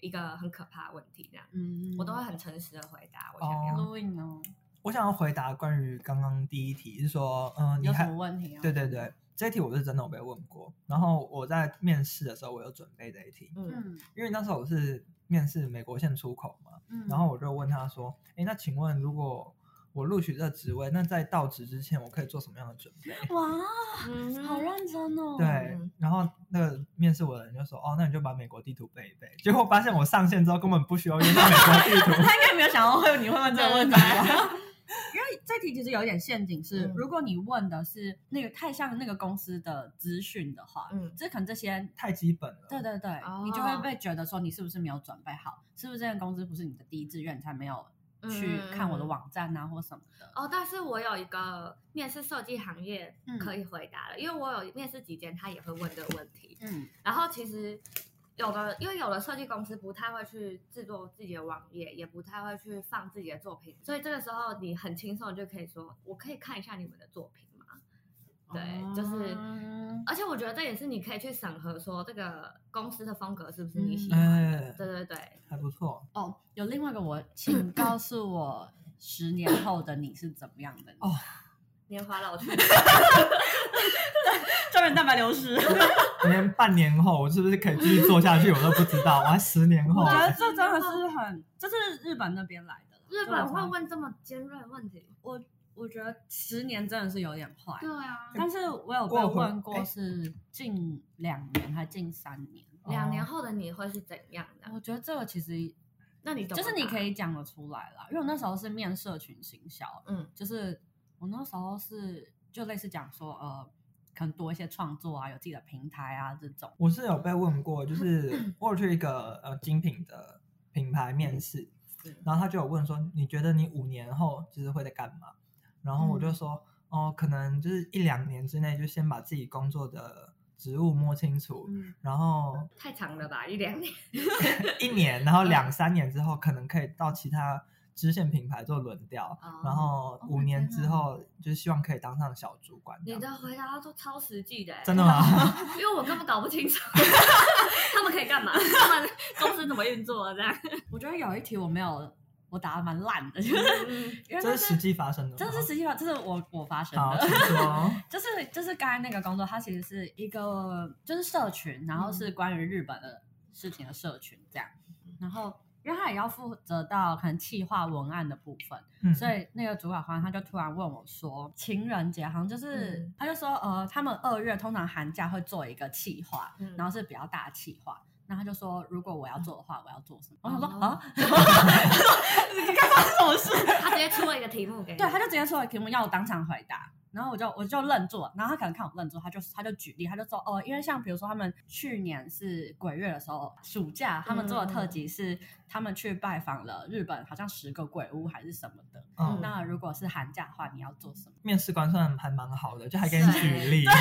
Speaker 4: 一个很可怕的问题，这样
Speaker 3: 嗯，
Speaker 4: 我都会很诚实的回答我想要。
Speaker 3: 录音哦。
Speaker 2: 我想要回答关于刚刚第一题是说，嗯、你
Speaker 3: 有什
Speaker 2: 还
Speaker 3: 么问题啊？
Speaker 2: 对对对，这一题我是真的有被问过。然后我在面试的时候，我有准备这一题，
Speaker 4: 嗯，
Speaker 3: 嗯
Speaker 2: 因为那时候我是面试美国线出口嘛，
Speaker 3: 嗯，
Speaker 2: 然后我就问他说：“哎，那请问如果我录取这个职位，那在到职之前我可以做什么样的准备
Speaker 3: 哇，
Speaker 4: 嗯
Speaker 3: 好认真哦。？”，
Speaker 2: 对
Speaker 4: 嗯，
Speaker 2: 然后那个面试我的人就说：“哦，那你就把美国地图背一背。”结果发现我上线之后根本不需要用到美国地图
Speaker 3: 他应该没有想到会你会问这个问题吧？嗯因为这题其实有一点陷阱是，
Speaker 4: 嗯
Speaker 3: 如果你问的是那个太像那个公司的资讯的话，
Speaker 4: 嗯
Speaker 3: 这可能这些。
Speaker 2: 太基本了。
Speaker 3: 对对对，
Speaker 4: 哦
Speaker 3: 你就会被觉得说你是不是没有准备好，是不是这间公司不是你的第一志愿，你才没有去看我的。网站啊或什么的。
Speaker 4: 嗯哦，但是我有一个面试设计行业
Speaker 3: 嗯
Speaker 4: 可以回答了，因为我有面试几间，他也会问这个问题。
Speaker 3: 嗯
Speaker 4: 然后其实有的，因为有的设计公司不太会去制作自己的网页，也不太会去放自己的作品，所以这个时候你很轻松地就可以说：“我可以看一下你们的作品吗？”
Speaker 3: 哦
Speaker 4: 对，
Speaker 3: [COUGHS]
Speaker 4: 就是，
Speaker 2: 哦
Speaker 3: 嗯
Speaker 4: 而且我觉得这也是你可以去审核说这个公司的风格是不是你喜欢的。
Speaker 2: 哎，
Speaker 4: 对对对，
Speaker 2: 还不错
Speaker 3: 哦，有另外一个我，请告诉我十年后的你是怎么样的？ [LAUGHS]
Speaker 2: 哦，
Speaker 4: 年
Speaker 2: [LAUGHS]
Speaker 4: 华老去，
Speaker 3: 胶原蛋白流失。
Speaker 2: 连半年后我是不是可以继续做下去，我都不知道。我还十年后
Speaker 3: 我觉
Speaker 2: 欸，
Speaker 3: 得这真的是 [LAUGHS] 很，这是日本那边来的啦。
Speaker 4: 日本会
Speaker 3: 我，
Speaker 4: 问这么尖锐的问题？
Speaker 3: 我觉得十年真的是有点坏。
Speaker 4: 对啊，
Speaker 3: 但是我有被
Speaker 2: 过会
Speaker 3: 问过
Speaker 2: 哎
Speaker 3: 是近两年还近三年，
Speaker 4: 两年
Speaker 2: 哦
Speaker 4: 后的你会是怎样的？
Speaker 3: 我觉得这个其实
Speaker 4: 那你怎么
Speaker 3: 就是你
Speaker 4: 答
Speaker 3: 可以讲得出来啦，因为我那时候是面社群行销，
Speaker 4: 嗯
Speaker 3: 就是我那时候是就类似讲说呃，可能多一些创作啊，有自己的平台啊这种。
Speaker 2: 我是有被问过，就是
Speaker 3: [COUGHS]
Speaker 2: 我有去一个呃精品的品牌面试
Speaker 4: 嗯，
Speaker 2: 然后他就有问说，你觉得你五年后就是会在干嘛？然后
Speaker 3: 嗯
Speaker 2: 我就说，哦，可能就是一两年之内就先把自己工作的职务摸清楚，
Speaker 3: 嗯，
Speaker 2: 然后
Speaker 4: 太长了吧？一两年，
Speaker 2: 一年，
Speaker 3: 嗯
Speaker 2: 然后两三年之后可能可以到其他支线品牌做轮调，然后
Speaker 3: 哦
Speaker 2: 五年
Speaker 3: 天
Speaker 2: 之
Speaker 3: 啊
Speaker 2: 后就是希望可以当上小主管这
Speaker 4: 你
Speaker 2: 样。
Speaker 4: 的回答都超实际的、欸，
Speaker 2: 真
Speaker 3: [LAUGHS]
Speaker 2: 的吗？
Speaker 4: 因为我根本搞不清楚 [LAUGHS] 他们可以 [LAUGHS] 干嘛，他们公司怎么运作这样。
Speaker 3: 我觉得有一题我没有，我答的蛮烂的， [LAUGHS] 就是
Speaker 4: 嗯
Speaker 3: 因为
Speaker 2: 这
Speaker 3: 那
Speaker 2: 是实际发生的吗？
Speaker 3: 这是实际发，这是我我发生
Speaker 2: 好，
Speaker 3: 的
Speaker 2: 请。说。哦
Speaker 3: 就是就是刚才那个工作，它其实是一个就是社群，然后是
Speaker 4: 嗯
Speaker 3: 关于日本的事情的社群这样。然后因为他也要负责到可能企划文案的部分，[LAUGHS]
Speaker 2: 嗯
Speaker 3: 所以那个主管方他就突然问我说，情人节好像就是、
Speaker 4: 嗯
Speaker 3: 他就说呃，他们二月通常寒假会做一个企划，
Speaker 4: 嗯
Speaker 3: 然后是比较大的企划。然后他就说，如果我要做的话，我要做什么？我想说
Speaker 4: 哦
Speaker 3: 啊，你干嘛什么事？
Speaker 4: 他直接出了一个题目给你，
Speaker 3: 对，他就直接出了题目要我当场回答，然后我就我就愣住了，然后他可能看我愣住，他就他就举例，他就说哦，因为像比如说他们去年是鬼月的时候，暑假他们做的特辑是他们去拜访了日本好像十个鬼屋还是什么的，
Speaker 2: 嗯
Speaker 3: 那如果是寒假的话，你要做什么？
Speaker 2: 面试官算还蛮好的，就还给你举例。 [LAUGHS]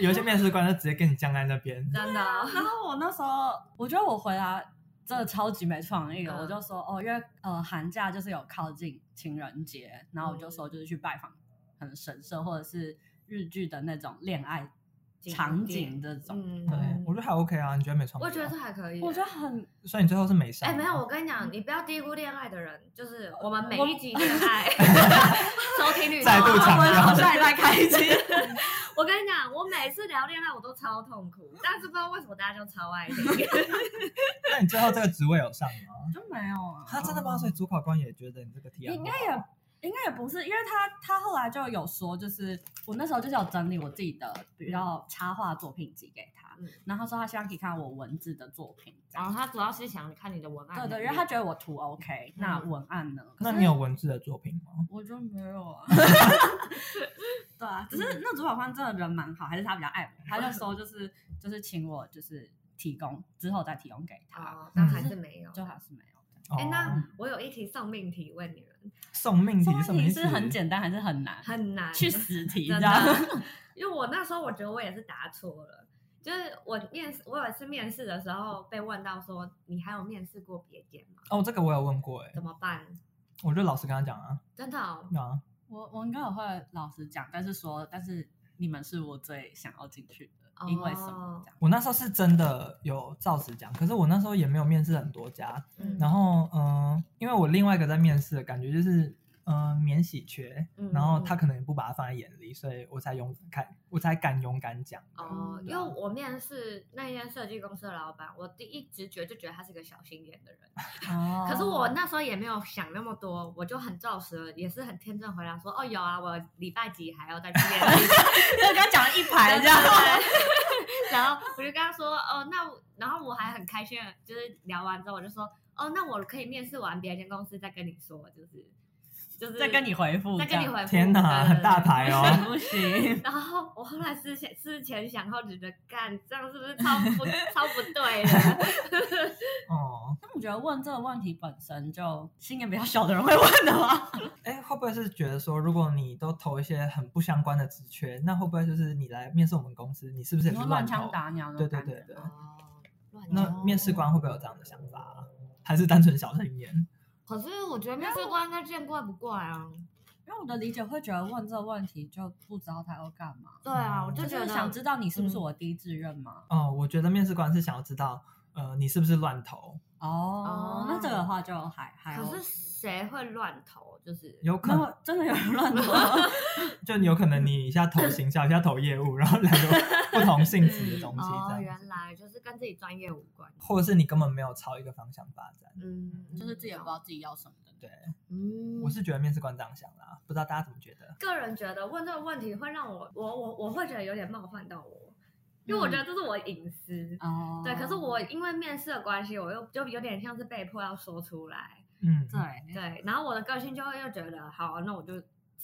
Speaker 2: 有一些面试官就直接跟你僵在那边。
Speaker 4: 真的哦、
Speaker 3: 然后我那时候我觉得我回答。真的超级没创意的，
Speaker 4: 嗯
Speaker 3: 我就说哦，因为呃寒假就是有靠近情人节，然后我就
Speaker 4: 嗯
Speaker 3: 说就是去拜访可能神社或者是日剧的那种恋爱场景这种，
Speaker 4: 嗯，
Speaker 2: 对，我觉得还 OK 啊，你觉得没创意啊？
Speaker 4: 我觉得这还可以、欸
Speaker 3: 我觉得很
Speaker 2: 所以你最后是没上。
Speaker 4: 哎、没有，我跟你讲，你不要低估恋爱的人，就是我们每一集恋 [LAUGHS] 爱收听率
Speaker 2: [LAUGHS] 再度强调
Speaker 4: 我
Speaker 2: 好
Speaker 3: 下一代开机。
Speaker 4: 我跟你讲，我每次聊恋爱我都超痛苦，但是不知道为什么大家就超爱听。 [LAUGHS]
Speaker 2: 那你最后这个职位有上吗？
Speaker 3: [LAUGHS] 就没有啊
Speaker 2: 他真的吗？所以主考官也觉得你这个提案
Speaker 3: 应该也应该也不是，因为他他后来就有说，就是我那时候就是有整理我自己的比较插画作品集给他，
Speaker 4: 嗯
Speaker 3: 然后他说他希望可以看到我文字的作品，这样。
Speaker 4: 后他主要是想看你的文
Speaker 3: 对对，因为他觉得我图 OK，、那
Speaker 4: 嗯
Speaker 3: 文案呢？
Speaker 2: 那
Speaker 3: 可是
Speaker 2: 你有文字的作品吗？
Speaker 3: 我就没有啊。 [LAUGHS] 对啊，只是那主考官真的人蛮好，还是他比较爱我，他就说就是就是请我就是提供之后再提供给他，
Speaker 4: 哦，但还是没有，
Speaker 3: 就还是没有这样。
Speaker 4: 哎、
Speaker 2: 哦
Speaker 4: 那我有一题送命题问你们，
Speaker 2: 送命题
Speaker 3: 这
Speaker 2: 是什么
Speaker 3: 问
Speaker 2: 意
Speaker 3: 题
Speaker 2: 思？
Speaker 3: 是很简单还是很难？
Speaker 4: 很难
Speaker 3: 去死题这
Speaker 4: 真
Speaker 3: 样。
Speaker 4: 的，因为我那时候我觉得我也是答错了，就是我面试，我有一次面试的时候被问到说你还有面试过别间吗？
Speaker 2: 哦，这个我有问过哎、
Speaker 4: 怎么办？
Speaker 2: 我就老实跟他讲啊，
Speaker 4: 真的、哦，
Speaker 2: 啊，
Speaker 3: 我我应该也会老实讲，但是说，但是你们是我最想要进去的，因为什么
Speaker 4: 哦
Speaker 3: 这样？
Speaker 2: 我那时候是真的有照实讲，可是我那时候也没有面试很多家，
Speaker 4: 嗯
Speaker 2: 然后嗯、呃因为我另外一个在面试的感觉就是。嗯，免洗缺，
Speaker 4: 嗯
Speaker 2: 然后他可能也不把它放在眼里，所以我才勇敢，我才敢勇敢讲。
Speaker 4: 哦，
Speaker 2: 嗯
Speaker 4: 因为我面试那间设计公司的老板，我第一直觉就觉得他是个小心眼的人，
Speaker 3: 哦
Speaker 4: 可是我那时候也没有想那么多，我就很照实了，也是很天真回答说，哦，有啊，我礼拜几还要再去面试。
Speaker 3: 就跟他讲了一排
Speaker 4: 对
Speaker 3: 这样， [LAUGHS]
Speaker 4: 然后我就跟他说，哦，那我然后我还很开心，就是聊完之后我就说，哦，那我可以面试完别间公司再跟你说，就是就是
Speaker 3: 再跟你回复，
Speaker 4: 再跟你回复。
Speaker 2: 天哪，
Speaker 4: 对
Speaker 2: 很大。牌
Speaker 3: 这 [LAUGHS]
Speaker 2: 哦！
Speaker 3: 样不行。
Speaker 4: 对对然后我后来思前思前想后，觉得干这样是不是超
Speaker 2: [LAUGHS]
Speaker 4: 不超不对的？ [LAUGHS]
Speaker 2: 哦，
Speaker 3: 但我觉得问这个问题本身就心眼比较小的人会问的
Speaker 2: [LAUGHS]
Speaker 3: 吗？
Speaker 2: 哎，会不会是觉得说，如果你都投一些很不相关的职缺，那会不会就是你来面试我们公司，你是不是也
Speaker 3: 你
Speaker 2: 是
Speaker 3: 会
Speaker 2: 乱
Speaker 3: 乱
Speaker 2: 投
Speaker 3: 枪打鸟那
Speaker 2: 对
Speaker 3: 种
Speaker 2: 对
Speaker 3: 感觉
Speaker 2: 对对。
Speaker 4: 哦，乱
Speaker 2: 那
Speaker 4: 讲
Speaker 2: 面试官会不会有这样的想法啊？还是单纯小心眼？
Speaker 4: 可是我觉得面试官应该见怪不怪啊。
Speaker 3: 因为我的理解会觉得问这个问题就不知道他要干嘛，
Speaker 4: 对啊，我就
Speaker 3: 就
Speaker 4: 觉
Speaker 3: 是
Speaker 4: 得
Speaker 3: 想知道你是不是我第一志愿嘛。
Speaker 2: 哦，我觉得面试官是想要知道，呃，你是不是乱投？
Speaker 3: 哦
Speaker 4: 哦，
Speaker 3: 那这个的话就还还
Speaker 4: 可
Speaker 3: OK
Speaker 4: 是谁会乱投？就是
Speaker 2: 哦有可
Speaker 3: 然
Speaker 2: 能
Speaker 3: 后真的有人乱说，
Speaker 2: 就你有可能你一下投行销，一下投业务，然后两个不同性质的东西
Speaker 4: 哦，
Speaker 2: 这样，
Speaker 4: 原来就是跟自己专业无关。
Speaker 2: 或者是你根本没有朝一个方向发展。
Speaker 4: 嗯，
Speaker 3: [LAUGHS] 就是自己也不知道自己要什么的。
Speaker 2: 对，
Speaker 4: 嗯，
Speaker 2: 我是觉得面试官这样想啦，不知道大家怎么觉得？
Speaker 4: 个人觉得问这个问题会让我，我我我会觉得有点冒犯到我，因为我觉
Speaker 3: 嗯
Speaker 4: 得这是我隐私。
Speaker 3: 哦，
Speaker 4: 对，可是我因为面试的关系，我又就有点像是被迫要说出来。
Speaker 2: 嗯，
Speaker 3: 对，
Speaker 4: 对，然后我的个性就会又觉得，好，那我就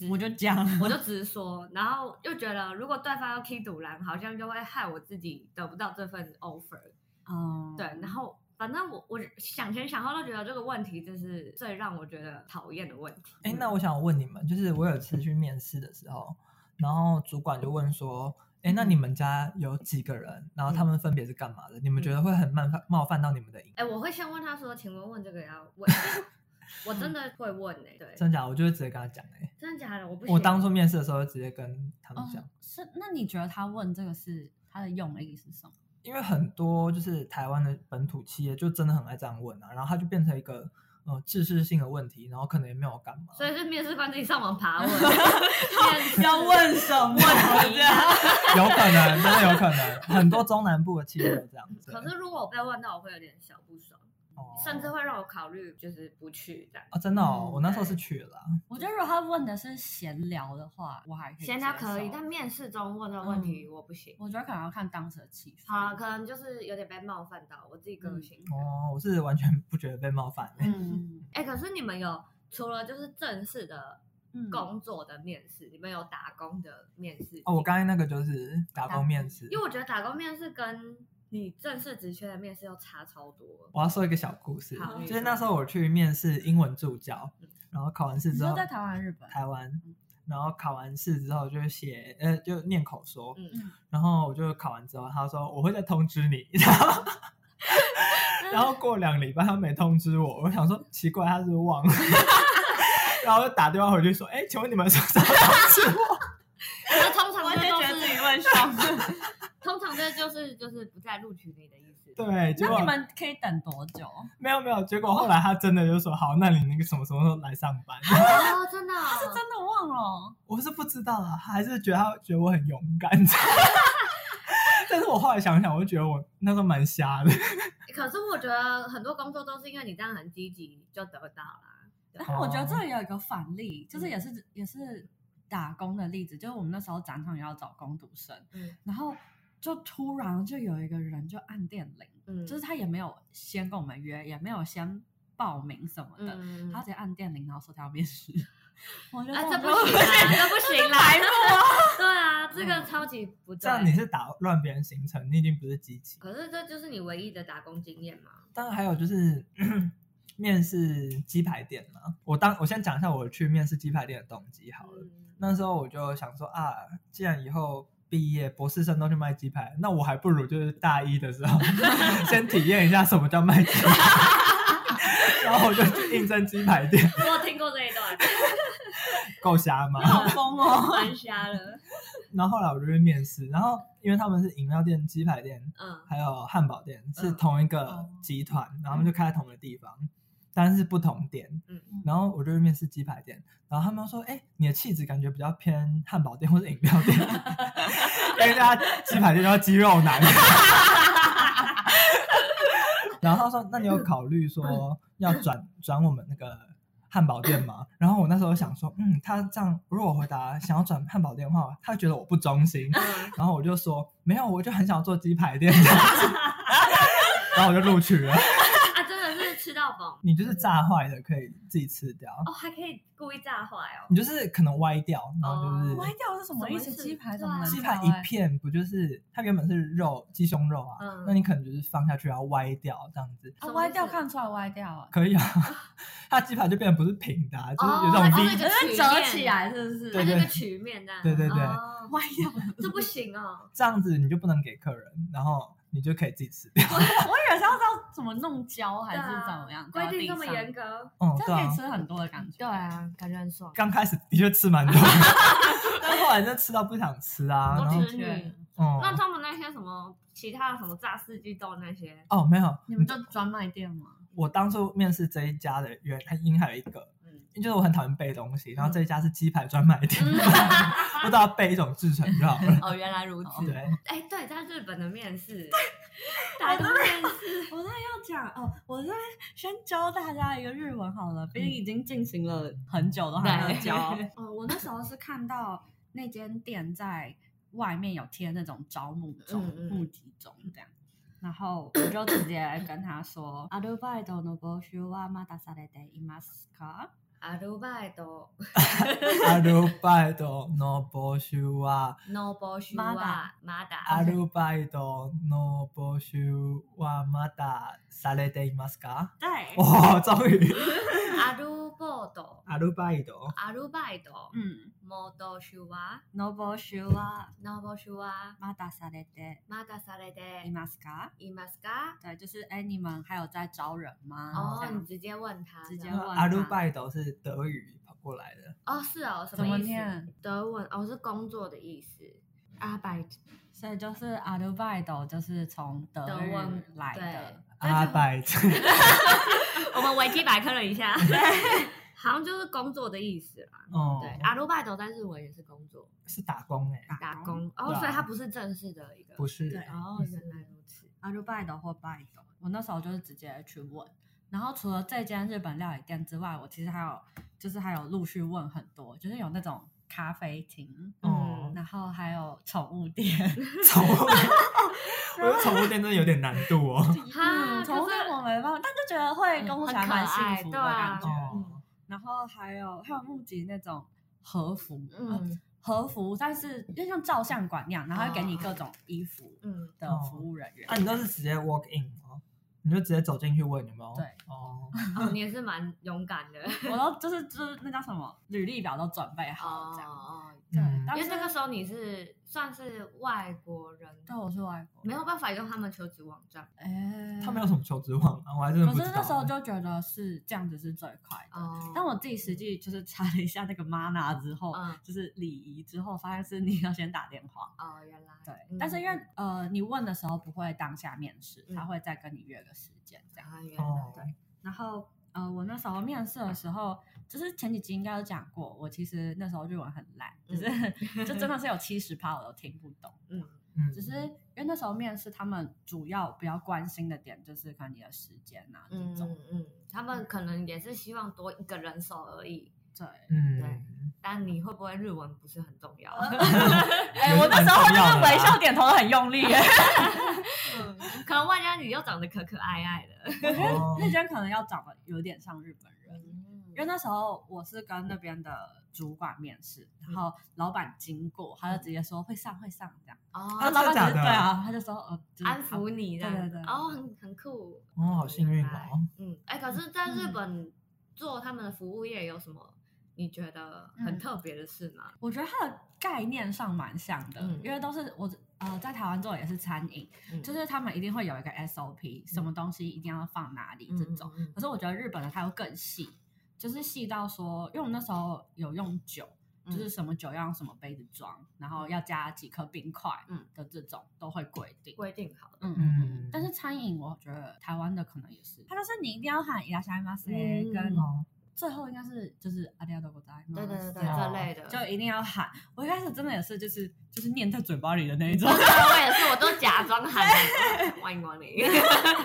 Speaker 3: 我就讲，[LAUGHS]
Speaker 4: 我就直说，然后又觉得如果对方要踢赌篮，好像就会害我自己得不到这份 offer。
Speaker 3: 嗯，
Speaker 4: 对，然后。反正我我想前想后都觉得这个问题就是最让我觉得讨厌的问题。
Speaker 2: 哎，那我想问你们，就是我有一次去面试的时候，然后主管就问说：“哎，
Speaker 4: 嗯
Speaker 2: 那你们家有几个人？然后他们分别是干嘛的？你们觉得会很冒犯冒犯到你们的隐？
Speaker 4: 哎、我会先问他说：“请问问这个要问？”我真的会问哎、对，
Speaker 2: 真假？我就会直接跟他讲、哎，
Speaker 4: 真的假的？我不行。
Speaker 2: 我当初面试的时候就直接跟他们讲，
Speaker 3: 哦，是那你觉得他问这个是他的用意是什么？
Speaker 2: 因为很多就是台湾的本土企业就真的很爱这样问啊，然后它就变成一个呃制式性的问题，然后可能也没有干嘛。
Speaker 4: 所以是面试官自己上网
Speaker 2: [LAUGHS]
Speaker 4: 爬问，面
Speaker 3: [LAUGHS]
Speaker 4: 试
Speaker 3: 要问什么？
Speaker 4: 问题啊。
Speaker 2: [LAUGHS] 有可能，真的有可能，很多中南部的企业都这样子。
Speaker 4: 可是如果我被问到，我会有点小不爽，
Speaker 2: 哦
Speaker 4: 甚至会让我考虑就是不去这样。
Speaker 2: 啊，真的哦，
Speaker 3: 嗯
Speaker 2: 我那时候是去了啊，
Speaker 3: 我觉得如果他问的是闲聊的话，我还可以
Speaker 4: 闲聊
Speaker 3: 接受
Speaker 4: 可以，但面试中问的问
Speaker 2: 嗯
Speaker 4: 题我不行。
Speaker 3: 我觉得可能要看当时的气氛。
Speaker 4: 好啊，可能就是有点被冒犯到我自己个性。
Speaker 2: 哦，我是完全不觉得被冒犯、哎
Speaker 3: 嗯
Speaker 4: 哎、可是你们有除了就是正式的
Speaker 3: 嗯
Speaker 4: 工作的面试，你们有打工的面试？
Speaker 2: 哦，我刚才那个就是打工面试
Speaker 4: 因，为我觉得打工面试跟你正式职缺的面试又差超多。
Speaker 2: 我要说一个小故事
Speaker 4: 好，嗯
Speaker 2: 就是那时候我去面试英文助教，然后考完试
Speaker 3: 你
Speaker 2: 之
Speaker 3: 说
Speaker 2: 后，
Speaker 3: 在台湾还是
Speaker 4: [LAUGHS]
Speaker 3: 日本？
Speaker 2: 台湾，然后考完试之后就写，呃，就念口说，
Speaker 4: 嗯
Speaker 2: 然后我就考完之后，他说我会再通知你， [LAUGHS] 然后。然后过两个礼拜他没通知我，我想说奇怪他是不是忘了， [LAUGHS] 然后就打电话回去说，哎，请问你们什么时候通知我？
Speaker 4: 那通常这都是，
Speaker 3: 问 [LAUGHS] 上。
Speaker 4: 通常这就是就是不再录取你的意思。
Speaker 2: 对，结
Speaker 3: 那
Speaker 2: 果
Speaker 3: 你们可以等多久？
Speaker 2: 没有没有，结果后来他真的就说好，那你那个什么什么时候来上
Speaker 3: [LAUGHS]
Speaker 2: 班？
Speaker 4: 哦，真的哦，
Speaker 3: 是真的忘了。
Speaker 2: 我是不知道啊，他还是觉得他觉得我很勇敢。 [LAUGHS] 但是我后来想想，我就觉得我那时候蛮瞎的。
Speaker 4: 可是我觉得很多工作都是因为你这样很积极就得到啦。
Speaker 3: 然后我觉得这里有一个反例，就是也
Speaker 4: 嗯
Speaker 3: 是也是打工的例子，就是我们那时候展场也要找工读生，
Speaker 4: 嗯
Speaker 3: 然后就突然就有一个人就按电铃，
Speaker 4: 嗯，
Speaker 3: 就是他也没有先跟我们约，也没有先报名什么的，
Speaker 4: 嗯，
Speaker 3: 他直接按电铃，然后说他要面试，我觉得
Speaker 4: 啊，这
Speaker 3: 种
Speaker 4: 不
Speaker 3: 就
Speaker 4: 行
Speaker 3: [LAUGHS]
Speaker 4: 啦，这不行啦，白目啊！ [LAUGHS] 对啊，这个超级不
Speaker 2: 嗯这样你
Speaker 4: 对。
Speaker 2: 是打乱别人行程，你已经不是积极。
Speaker 4: 可是这就是你唯一的打工经验嘛？
Speaker 2: 当然还有就是， [CLEARS THROAT] 面试鸡排店嘛，我当我先讲一下我去面试鸡排店的动机好了。
Speaker 4: 嗯
Speaker 2: 那时候我就想说啊，既然以后毕业博士生都去卖鸡排，那我还不如就是大一的时候 [LAUGHS] 先体验一下什么叫卖鸡排。 [LAUGHS] 然后我就去应征鸡排店，
Speaker 4: 我听过这
Speaker 3: [LAUGHS]
Speaker 4: 一段，
Speaker 2: 够瞎吗？ [LAUGHS]
Speaker 3: 好疯哦！
Speaker 4: [LAUGHS] 蛮瞎了。
Speaker 2: 然后后来我就去面试，然后因为他们是饮料店、鸡排店
Speaker 4: 嗯，
Speaker 2: 还有汉堡店是同一
Speaker 4: 哦
Speaker 2: 个集团，然后他们就开在同一个地方，但是不同店。
Speaker 4: 嗯
Speaker 2: 然后我就去面试鸡排店，然后他们说：“哎、你的气质感觉比较偏汉堡店或者饮料
Speaker 4: [LAUGHS]
Speaker 2: 店，因为大家鸡排店叫鸡肉男。” [LAUGHS] 然后他说：“那你有考虑说要转转我们那个汉堡店吗？”然后我那时候想说：“嗯，他这样如果我回答想要转汉堡店的话，他会觉得我不忠心。”
Speaker 4: 嗯
Speaker 2: 然后我就说没有，我就很想做鸡排店， [LAUGHS] 然后我就录取了。
Speaker 4: 啊，真的是吃到饱
Speaker 2: 你就是炸坏的，可以自己吃掉；
Speaker 4: 哦，还可以故意炸坏哦。
Speaker 2: 你就是可能歪掉，然后就是、
Speaker 3: 哦歪掉是什么意思？
Speaker 4: 什么意思
Speaker 3: 鸡排怎
Speaker 4: 对
Speaker 3: 么
Speaker 4: 啊
Speaker 3: 能
Speaker 2: 鸡排
Speaker 3: 掉
Speaker 2: 一
Speaker 3: 欸
Speaker 2: 片不就是它原本是肉鸡胸肉啊，
Speaker 4: 嗯
Speaker 2: 那你可能就是放下去然后歪掉这样子。
Speaker 3: 啊
Speaker 4: 什么意思
Speaker 3: 歪掉看出来歪掉啊，
Speaker 2: 可以啊， [LAUGHS] 它鸡排就变得不是平的、啊，就是有这
Speaker 4: 哦
Speaker 3: [LAUGHS]
Speaker 2: 种
Speaker 4: 那
Speaker 2: 低，
Speaker 4: 个
Speaker 3: 是折起来是不
Speaker 5: 嗯
Speaker 3: 是？
Speaker 4: 它
Speaker 2: 对
Speaker 4: 就
Speaker 2: 对
Speaker 4: 个曲面这样。
Speaker 2: 对对对
Speaker 4: 哦
Speaker 3: 歪掉了， [LAUGHS]
Speaker 4: 这不行哦。
Speaker 2: 这样子你就不能给客人，然后你就可以自己吃掉。
Speaker 3: 我以为是要知道怎么弄胶还
Speaker 4: 对
Speaker 3: 是
Speaker 4: 啊
Speaker 3: 怎么样，
Speaker 4: 规定这
Speaker 3: 掉到
Speaker 4: 么
Speaker 3: 地上
Speaker 4: 严，格，
Speaker 2: 嗯，
Speaker 3: 这
Speaker 2: 对
Speaker 3: 样
Speaker 2: 啊
Speaker 3: 可以，吃很多的感觉。
Speaker 5: 对啊，感觉很爽。
Speaker 2: 刚开始的确吃蛮多的， [LAUGHS] 但后来就吃到不想吃啊，然
Speaker 4: 我
Speaker 2: 后
Speaker 4: 只
Speaker 3: 然后
Speaker 4: 女。
Speaker 2: 嗯
Speaker 4: 那他们那些什么其他的什么炸四季豆那些，
Speaker 2: 哦，没有，
Speaker 3: 你们就专卖店吗？
Speaker 2: 我当初面试这一家的原因还有一个，
Speaker 4: 嗯
Speaker 2: 嗯，就是我很讨厌背东西，然后这一家是鸡排专卖店，我只要背一种制成就好
Speaker 4: [LAUGHS]
Speaker 2: 了。
Speaker 5: 哦，原来如此。
Speaker 2: 对，
Speaker 4: 哎，对，在日本的面试，打工面试，
Speaker 3: 我那要讲哦，我这先教大家一个日文好了，毕竟已经进行了很久都还没有 [LAUGHS] 教。哦，我那时候是看到那间店在外面有贴那种招募中、
Speaker 5: 嗯嗯
Speaker 3: 募集中这样。然后我就直接跟他说アルバイトの募集はまだされていますか？
Speaker 4: アルバイト、
Speaker 2: アルバイトの募集は、
Speaker 4: no 募集
Speaker 3: ま
Speaker 4: は
Speaker 3: だ
Speaker 4: まだ。
Speaker 2: アルバイトの募集はまだされていますか？
Speaker 3: [LAUGHS] 对，
Speaker 2: 哇、终于，
Speaker 4: アルボート、
Speaker 2: アルバイト
Speaker 4: アルバイト、
Speaker 3: 嗯，
Speaker 4: も募集は
Speaker 3: の募集は
Speaker 4: no 募集は
Speaker 3: まだされて
Speaker 4: まだされて
Speaker 3: いますか？
Speaker 4: いますか？
Speaker 3: 对，就是哎，你们还有在招人吗？这
Speaker 4: 哦，
Speaker 3: 样
Speaker 4: 你直接问他，
Speaker 3: 直接
Speaker 4: 这样
Speaker 3: 问
Speaker 2: アルバイト是德语跑过来的，
Speaker 4: 哦，是哦，什
Speaker 3: 怎么
Speaker 4: 意思？
Speaker 3: 念？
Speaker 4: 德文哦，是工作的意思。啊阿拜
Speaker 3: 所以就是 a r b i t o 就是从德
Speaker 4: 德
Speaker 3: 语
Speaker 4: 文
Speaker 3: 来
Speaker 4: 对
Speaker 3: 的，
Speaker 2: アルバイト。
Speaker 4: 我们维基百科了一 [LAUGHS] 下，好像就是工作的意思啦。
Speaker 2: [LAUGHS] 哦
Speaker 4: 对，，阿鲁拜斗在日文也是工作，
Speaker 2: 是打工哎、
Speaker 4: 打工
Speaker 2: 对
Speaker 4: 哦，
Speaker 2: 啊
Speaker 4: 所以它不是正式的一个。
Speaker 2: 不是
Speaker 3: 对
Speaker 4: 哦，原来如此。
Speaker 3: a r b i t o 或 b i t o 我那时候就是直接去问，然后除了这间日本料理店之外，我其实还有就是还有陆续问很多，就是有那种咖啡厅，
Speaker 4: 嗯
Speaker 2: 哦，
Speaker 3: 然后还有宠物店，
Speaker 2: [LAUGHS] 宠物，我觉得宠物店真的有点难度 [LAUGHS] 哦。
Speaker 3: [LAUGHS]
Speaker 4: 哈，
Speaker 3: 嗯宠物
Speaker 4: 啊可是
Speaker 3: 店我没办法，但就觉得会跟我
Speaker 4: 嗯
Speaker 3: 想蛮
Speaker 4: 很可爱
Speaker 3: 幸福的
Speaker 4: 对啊
Speaker 3: 感觉。
Speaker 2: 哦，
Speaker 3: 然后还有还有募集那种和服，嗯，
Speaker 4: 嗯
Speaker 3: 和服，但是就像照相馆那样，然后会给你各种衣服
Speaker 4: 嗯，
Speaker 3: 的服务人员。
Speaker 2: 那、啊你都是直接 walk in 哦，你就直接走进去问有没有？
Speaker 3: 对，
Speaker 2: 哦，
Speaker 4: 哦，你也是蛮勇敢的。
Speaker 3: 我都就是就是那叫什么履历表都准备好了
Speaker 4: 哦
Speaker 3: 这样。
Speaker 4: 哦，
Speaker 3: 对，
Speaker 2: 嗯
Speaker 3: 但
Speaker 4: 因
Speaker 3: 是
Speaker 4: 为那个时候你是算是外国人，
Speaker 3: 对我是外国人，
Speaker 4: 没有办法用他们求职网站。
Speaker 3: 哎，
Speaker 2: 他们有什么求职网啊？我还真的
Speaker 3: 可
Speaker 2: 不知道。
Speaker 3: 是那时候就觉得是这样子是最快的。
Speaker 4: 哦，
Speaker 3: 但我自己实际就是 [LAUGHS] 查了一下那个 mana 之后，
Speaker 4: 嗯
Speaker 3: 就是礼仪之后，发现是你要先打电话。
Speaker 4: 哦，原来
Speaker 3: 对，
Speaker 4: 嗯
Speaker 3: 但是因为呃，你问的时候不会当下面试，
Speaker 4: 嗯
Speaker 3: 他会再跟你约个时间这样。
Speaker 4: 啊，原
Speaker 2: 哦
Speaker 4: 来，
Speaker 3: 然后呃，我那时候面试的时候，就是前几集应该有讲过，我其实那时候日文很烂，就是、 [LAUGHS] 就真的是有七十趴我都听不懂。
Speaker 4: 嗯
Speaker 2: 嗯，
Speaker 3: 只是因为那时候面试，他们主要比较关心的点就是看你的时间啊这
Speaker 4: 嗯
Speaker 3: 种。
Speaker 4: 嗯，他们可能也是希望多一个人手而已，
Speaker 3: 对，
Speaker 2: 嗯，
Speaker 4: 但你会不会日文不是很
Speaker 3: [LAUGHS]
Speaker 4: 重要，
Speaker 3: 哎、
Speaker 2: 也是
Speaker 3: 我那时候
Speaker 2: 蛮重要
Speaker 3: 那
Speaker 2: 的嗯啊
Speaker 3: 个微笑点头都很用力耶、 [LAUGHS]
Speaker 4: 可能外加你又长得可可爱爱的，
Speaker 3: 我觉得
Speaker 2: 哦
Speaker 3: 那间可能要长得有点像日本人，因
Speaker 4: 嗯
Speaker 3: 为那时候我是跟那边的主管面试，然后
Speaker 4: 嗯
Speaker 3: 老板经过，他就直接说会上会上这样。
Speaker 2: 啊
Speaker 3: 然
Speaker 4: 哦，
Speaker 3: 后老板
Speaker 2: 真的假
Speaker 3: 就
Speaker 2: 的
Speaker 3: 对啊，他就说呃，就是
Speaker 4: 安抚你这
Speaker 3: 对
Speaker 4: 样
Speaker 3: 对对，
Speaker 4: 哦，
Speaker 6: 很很酷。
Speaker 2: 哦，好幸运哦！
Speaker 4: 嗯，哎，可是在日本做他们的服务业有什么你觉得很
Speaker 3: 嗯
Speaker 4: 特别的事吗？
Speaker 3: 我觉得它的概念上蛮像的，
Speaker 4: 嗯
Speaker 3: 因为都是我呃在台湾做的也是餐饮，
Speaker 4: 嗯
Speaker 3: 就是他们一定会有一个 SOP，、什么东西一定要放哪里这种。
Speaker 4: 嗯嗯嗯嗯
Speaker 3: 可是我觉得日本的它又更细，就是细到说，因为我们那时候有用酒，
Speaker 4: 嗯
Speaker 3: 就是什么酒要用什么杯子装，然后要加几颗冰块
Speaker 4: 嗯
Speaker 3: 的这种、都会规定。
Speaker 4: 规定好的。
Speaker 3: 嗯嗯。
Speaker 2: 嗯，
Speaker 3: 但是餐饮，我觉得台湾的可能也是，它就是你一定要喊“いらっしゃいませ”
Speaker 4: 嗯
Speaker 3: 跟
Speaker 2: 哦，
Speaker 3: 最后应该是就是阿迪亚多国在，
Speaker 4: 对对对对，
Speaker 2: 哦
Speaker 4: 这类的，
Speaker 3: 嗯就一定要喊。我一开始真的也是，就是就是念在嘴巴里的那一种。
Speaker 4: 我也是，我都假装喊欢迎光临，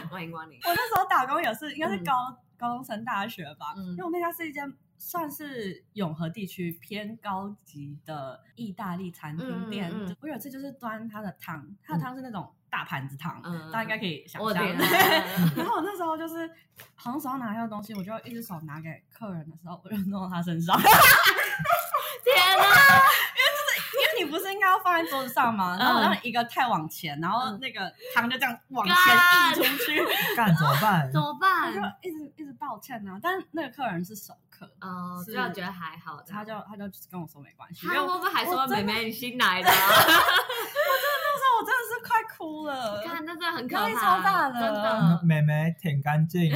Speaker 4: 欢迎光临。
Speaker 3: [LAUGHS] 我那时候打工也是，应该是高、高中升大学吧，
Speaker 4: 嗯
Speaker 3: 因为我那家是一间算是永和地区偏高级的意大利餐厅店。
Speaker 4: 嗯嗯嗯
Speaker 3: 我有一次就是端它的汤，它的汤是那种大盘子汤，
Speaker 4: 嗯
Speaker 3: 大家应该可以想
Speaker 4: 我
Speaker 3: 象。
Speaker 4: 天啊
Speaker 3: [LAUGHS] 然后我那时候就是好像手上拿到东西，我就一只手拿给客人的时候，我就弄到他身上，因 [LAUGHS]
Speaker 4: 天啊哪！
Speaker 3: 为你不是应该要放在桌子上吗？
Speaker 4: 嗯
Speaker 3: 然后我让一个太往前，然后那个汤就这样往前溢出去， [LAUGHS]
Speaker 2: 干怎么办？
Speaker 4: 怎么
Speaker 3: 我
Speaker 4: 办
Speaker 3: 就？一直一直道歉呢、但是那个客人是熟客，
Speaker 4: 哦，
Speaker 3: 是
Speaker 4: 就要觉得还好的。
Speaker 3: 他就他就跟我说没关系，因
Speaker 4: 他
Speaker 3: 为
Speaker 4: 会
Speaker 3: 我
Speaker 4: 不会还说
Speaker 3: 我
Speaker 4: 妹
Speaker 3: 真的
Speaker 4: 妹你新来
Speaker 3: [LAUGHS]
Speaker 4: 的
Speaker 3: 那
Speaker 4: 啊？
Speaker 3: 时候我真的是快哭了，
Speaker 4: 看，那真的很可
Speaker 3: 压
Speaker 4: 怕，
Speaker 3: 力超大的嗯
Speaker 4: 真的。
Speaker 2: 嗯妹妹舔干净， [LAUGHS]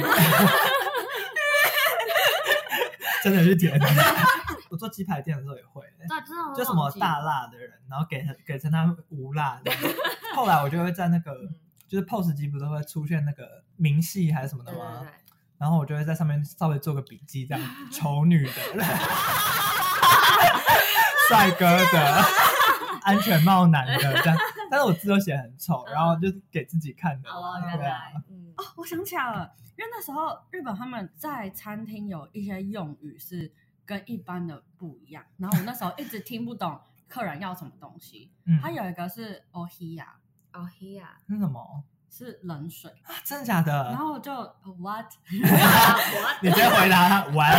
Speaker 2: 真的是舔。 [LAUGHS] 我做鸡排店的时候也会，
Speaker 4: 对，真的
Speaker 2: 就什么大辣的人，然后给他给成他无辣的。后来我就会在那个
Speaker 4: 嗯
Speaker 2: 就是 POS 机不是会出现那个明细还是什么的
Speaker 4: 对
Speaker 2: 吗？
Speaker 4: 对对，
Speaker 2: 然后我就会在上面稍微做个笔记，这样丑女
Speaker 4: [LAUGHS]
Speaker 2: 的、帅哥的、安全帽男的这样，但是我字都写得很丑，然后就是给自己看的。
Speaker 4: 嗯哦，
Speaker 2: 对
Speaker 4: 原
Speaker 2: 啊
Speaker 4: 来，嗯，
Speaker 3: 哦，我想起来了，因为那时候日本他们在餐厅有一些用语是跟一般的不一样，然后我那时候一直听不懂客人要什么东西，
Speaker 2: 嗯，
Speaker 3: 他有一个是 ohiya
Speaker 4: 哦嘿呀，
Speaker 2: 那什么
Speaker 3: 是冷水，
Speaker 2: 啊？真的假
Speaker 3: 然
Speaker 2: 的？
Speaker 3: 后我就呃 what
Speaker 2: 你直接回答他玩。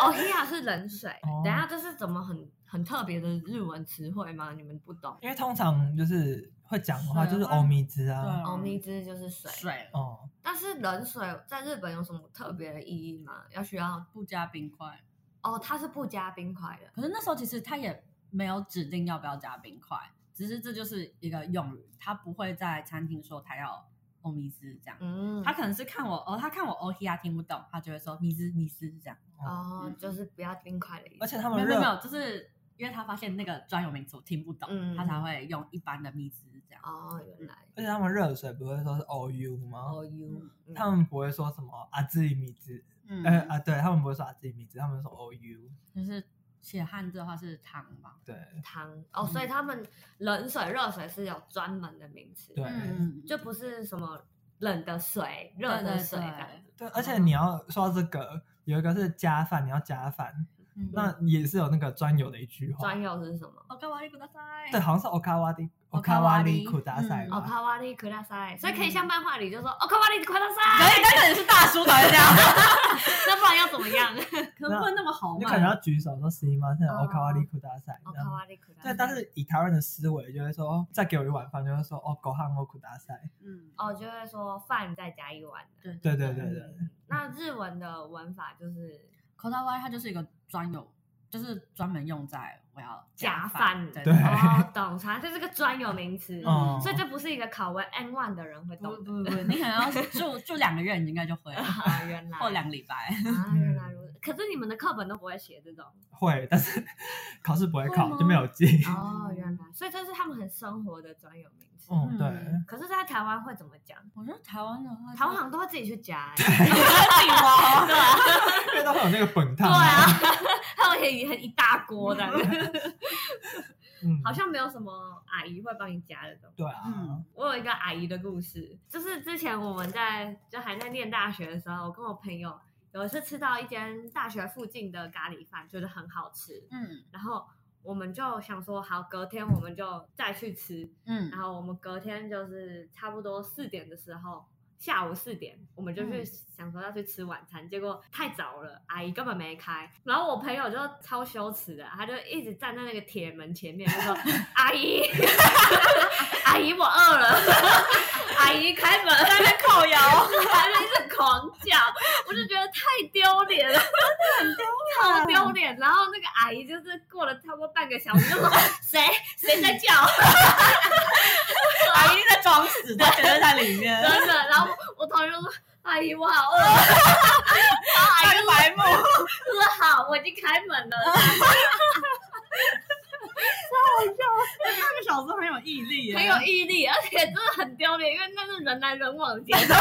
Speaker 4: 哦嘿
Speaker 2: [LAUGHS]
Speaker 4: 呀是冷水
Speaker 2: 哦。
Speaker 4: 等一下这是怎么很很特别的日文词汇吗？你们不懂。
Speaker 2: 因为通常就是会讲的话
Speaker 4: 嗯
Speaker 2: 就是
Speaker 3: 水
Speaker 2: 欧米兹啊，
Speaker 4: 哦，蜜汁就是水，
Speaker 3: 水
Speaker 2: 哦，
Speaker 4: 但是冷水在日本有什么特别的意义吗？要需要
Speaker 3: 不加冰块，
Speaker 4: 哦，它是不加冰块的。
Speaker 3: 可是那时候其实他也没有指定要不要加冰块，只是这就是一个用语，他不会在餐厅说他要欧米兹这样。
Speaker 4: 嗯，
Speaker 3: 他可能是看我哦，他看我欧 T 啊听不懂，他就会说迷之迷之这样。
Speaker 4: 哦，就是不要冰块的意
Speaker 2: 而
Speaker 4: 思。
Speaker 2: 且他
Speaker 3: 没
Speaker 2: 们
Speaker 3: 有没有
Speaker 2: 哦热
Speaker 3: 没有，就是因为他发现那个专有名词我听不懂，
Speaker 4: 嗯
Speaker 3: 他才会用一般的迷之这样。
Speaker 4: 哦，原来
Speaker 2: 而且他们热水不会说是 O U 吗？
Speaker 4: 哦 U，
Speaker 2: 他们不会说什么啊自己米兹，
Speaker 3: 嗯，
Speaker 2: 呃啊，对他们不会说啊自己米兹，他们说 O U。
Speaker 3: 就是写汉字的话是汤吧？
Speaker 2: 对
Speaker 4: 汤哦，
Speaker 2: 嗯
Speaker 4: 所以他们冷水、热水是有专门的名词，
Speaker 2: 对
Speaker 3: 嗯，
Speaker 4: 就不是什么冷的水、热
Speaker 3: 对
Speaker 4: 的
Speaker 3: 对
Speaker 4: 水
Speaker 3: 对
Speaker 4: 这样子。
Speaker 2: 对，而且你要说到这个，有一个是加饭，你要加饭，
Speaker 3: 嗯
Speaker 2: 那也是有那个专有的一句话
Speaker 4: 专。有是什么？
Speaker 3: 我哦干嘛一个大赛？
Speaker 2: 对，好像是 Okawa 的
Speaker 3: Okawa 的
Speaker 2: Okawa 苦大赛
Speaker 3: 嗯
Speaker 4: 哦，
Speaker 2: 吧？
Speaker 4: 卡瓦利克大赛，
Speaker 2: 嗯
Speaker 4: 所以可以像漫画里就说哦，卡瓦利克大赛，
Speaker 3: 哎，当然是大叔才会这样，
Speaker 4: [LAUGHS] 那不然要怎么
Speaker 2: [LAUGHS]
Speaker 4: 样？
Speaker 3: 可能不能那么豪
Speaker 2: 你就可能要
Speaker 3: 迈。
Speaker 2: 举手说 “see 吗”，现在
Speaker 4: 哦
Speaker 2: Okawa 的苦大赛
Speaker 4: 哦，
Speaker 2: 这
Speaker 4: 卡
Speaker 2: 样。
Speaker 4: 瓦利克大赛。
Speaker 2: 对，但是以台湾的思维就会说，哦再给我一碗饭，就会说哦，狗汉我苦大赛。
Speaker 3: 嗯，
Speaker 4: 哦，就会说饭再加一碗的。
Speaker 3: 对
Speaker 2: 对对对对，
Speaker 4: 嗯那日文的文法就是
Speaker 3: 口袋歪它就是一个专有，就是专门用在我要饭
Speaker 4: 加饭，
Speaker 3: 对
Speaker 2: 对
Speaker 4: 哦，懂啥？这是个专有名词，
Speaker 2: 嗯
Speaker 4: 所以这不是一个考完 N one 的人会
Speaker 3: 哦不
Speaker 4: 懂的。
Speaker 3: 不不，你可能要住住两个月，你应该就会了，
Speaker 4: 啊，原来
Speaker 3: 或哦两个礼拜。
Speaker 4: 啊，原来如此。可是你们的课本都不会写这种
Speaker 2: 会，但是 [LAUGHS] 考试不会
Speaker 3: 会
Speaker 2: 考，
Speaker 3: 吗
Speaker 2: 就没有记。
Speaker 4: 哦，原来，所以这是他们很生活的专有名词。
Speaker 2: 嗯，对，
Speaker 3: 嗯
Speaker 4: 可是，在台湾会怎么讲？
Speaker 3: 我觉得台湾的话，
Speaker 4: 台湾好像都会自己去加、欸，
Speaker 3: 湾
Speaker 2: 因为都会有那个
Speaker 4: 对
Speaker 2: 本汤。
Speaker 4: 啊， [LAUGHS] 还有很很一大锅的，
Speaker 2: 嗯，
Speaker 4: 好像没有什么阿姨会帮你加的东西。
Speaker 2: 对啊
Speaker 3: 嗯，
Speaker 4: 我有一个阿姨的故事，就是之前我们在就还在念大学的时候，我跟我朋友有一次吃到一间大学附近的咖喱饭，觉得很好吃，
Speaker 3: 嗯
Speaker 4: 然后我们就想说，好，隔天我们就再去吃。
Speaker 3: 嗯
Speaker 4: 然后我们隔天就是差不多四点的时候下午四点，我们就去
Speaker 3: 嗯
Speaker 4: 想说要去吃晚餐，结果太早了，阿姨根本没开。然后我朋友就超羞耻的，他就一直站在那个铁门前面，就说：“ [LAUGHS] 阿姨，阿姨，我饿了。” [LAUGHS] 阿姨开门，在那口摇，还在那狂叫，我就觉得太丢脸了，很丢脸，超丢脸。然后那个阿姨就是过了差不多半个小时，就 [LAUGHS] 说谁谁在叫，
Speaker 3: 阿姨在装死，她觉得在里面，
Speaker 4: 真的。然后我同学就说阿姨我好饿，然后阿姨
Speaker 3: 太白目。
Speaker 4: 就说好，我已经开门了。
Speaker 3: [LAUGHS] 啊那个小时候很有毅力耶，
Speaker 4: 很有毅力，而且真的很丢脸，因为那是人来人往的
Speaker 3: [LAUGHS]
Speaker 4: 街道，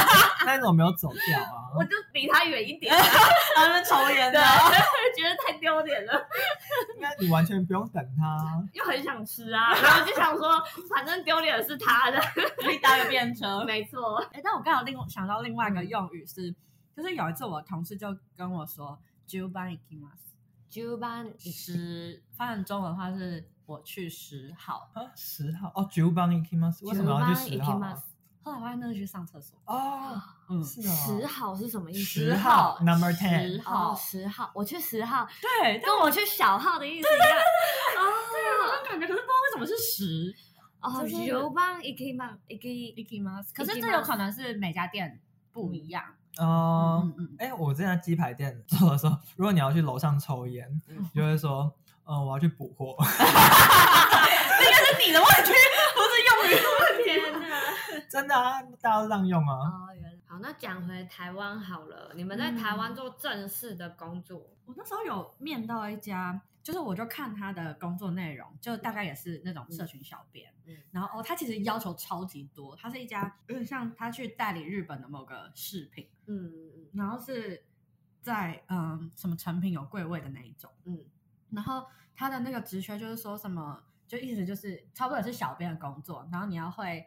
Speaker 2: 那种没有走掉啊
Speaker 4: 我。就离他远一点，
Speaker 3: 啊他们抽烟的
Speaker 4: 对，，觉得太丢脸了。
Speaker 2: 应该你完全不用等
Speaker 4: [LAUGHS]
Speaker 2: 他，
Speaker 4: 又很想吃
Speaker 3: [LAUGHS]
Speaker 4: 啊，然后就想说，反正丢脸的是他的， [LAUGHS]
Speaker 3: 所以搭个便车。
Speaker 4: 没错，
Speaker 3: 哎、但我刚好另想到另外一个用语是，就是有一次我同事就跟我说 j u b a n i k i m a s
Speaker 7: 九班
Speaker 3: 十，翻成中文的话是我去十号。
Speaker 2: 啊十号哦，九帮 i k i m a s 为什么要去十号啊？
Speaker 3: 后来发现那是去上厕所。
Speaker 2: 哦，
Speaker 3: 嗯，
Speaker 2: 是
Speaker 7: 十
Speaker 2: 哦，
Speaker 7: 号是什么意思？
Speaker 2: 十号 number
Speaker 3: 十
Speaker 2: ten，
Speaker 3: 号，
Speaker 7: 十号，我去十号，
Speaker 3: 对，但
Speaker 4: 跟我去小号的意思一样。
Speaker 3: 我就感觉，可是不知道为什么是十
Speaker 7: 哦，
Speaker 3: 就是
Speaker 7: 九班一 k 班一
Speaker 3: i
Speaker 7: k
Speaker 3: k i m a s 可是这有可能是每家店不一样。
Speaker 2: 哦，
Speaker 3: 嗯嗯，
Speaker 2: 哎、我之前在鸡排店做的时候，如果你要去楼上抽烟，就会说，嗯，我要去补货。 [LAUGHS]
Speaker 3: 这是你的问题，不是用语。
Speaker 4: [LAUGHS] 天哪！
Speaker 2: 真的啊，大家都这样用啊。
Speaker 7: 哦，原来
Speaker 4: 好，那讲回台湾好了，你们在台湾做正式的工作，
Speaker 3: 我那时候有面到一家，就是我就看他的工作内容，就大概也是那种社群小编，
Speaker 4: 嗯嗯
Speaker 3: 然后哦，他其实要求超级多，他是一家有点像他去代理日本的某个饰品，
Speaker 4: 嗯，
Speaker 3: 然后是在嗯什么成品有柜位的那一种，
Speaker 4: 嗯，
Speaker 3: 然后他的那个职缺就是说什么，就意思就是差不多也是小编的工作，然后你要会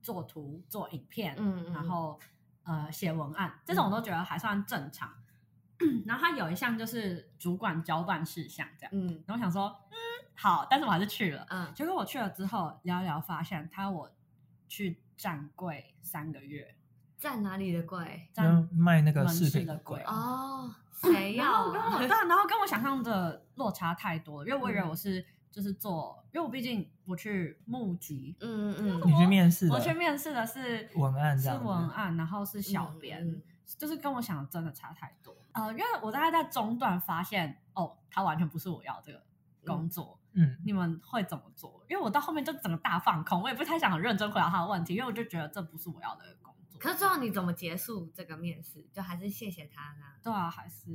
Speaker 3: 做图、做影片，
Speaker 4: 嗯嗯
Speaker 3: 然后呃写文案，这种我都觉得还算正常。 [COUGHS] 然后他有一项就是主管交办事项这样，
Speaker 4: 嗯
Speaker 3: 然后我想说嗯好，但是我还是去了。
Speaker 4: 嗯，
Speaker 3: 结果我去了之后聊一聊，发现他要我去站柜三个月，
Speaker 4: 在哪里的柜？
Speaker 3: 站
Speaker 2: 就卖那个
Speaker 3: 门
Speaker 2: 饰
Speaker 3: 市
Speaker 2: 品
Speaker 3: 的柜
Speaker 2: 柜，
Speaker 4: [LAUGHS] 哦，谁
Speaker 3: 然
Speaker 4: 要
Speaker 3: 后跟我
Speaker 4: 啊？嗯
Speaker 3: 对啊，然后跟我想象的落差太多了，因为我以为我是就是做，因为我毕竟我去募集，
Speaker 4: 嗯嗯嗯，
Speaker 2: 你去面试的
Speaker 3: 我去面试的是
Speaker 2: 文案这
Speaker 3: 是
Speaker 2: 样子
Speaker 3: 文案，然后是小编，
Speaker 4: 嗯嗯
Speaker 3: 就是跟我想的真的差太多。呃，因为我大概在中段发现，哦，他完全不是我要这个工作。
Speaker 2: 嗯，
Speaker 3: 你们会怎么做？因为我到后面就整个大放空，我也不太想很认真回答他的问题，因为我就觉得这不是我要的工作。
Speaker 4: 可是最后你怎么结束这个面试？就还是谢谢他呢？
Speaker 3: 对啊，还是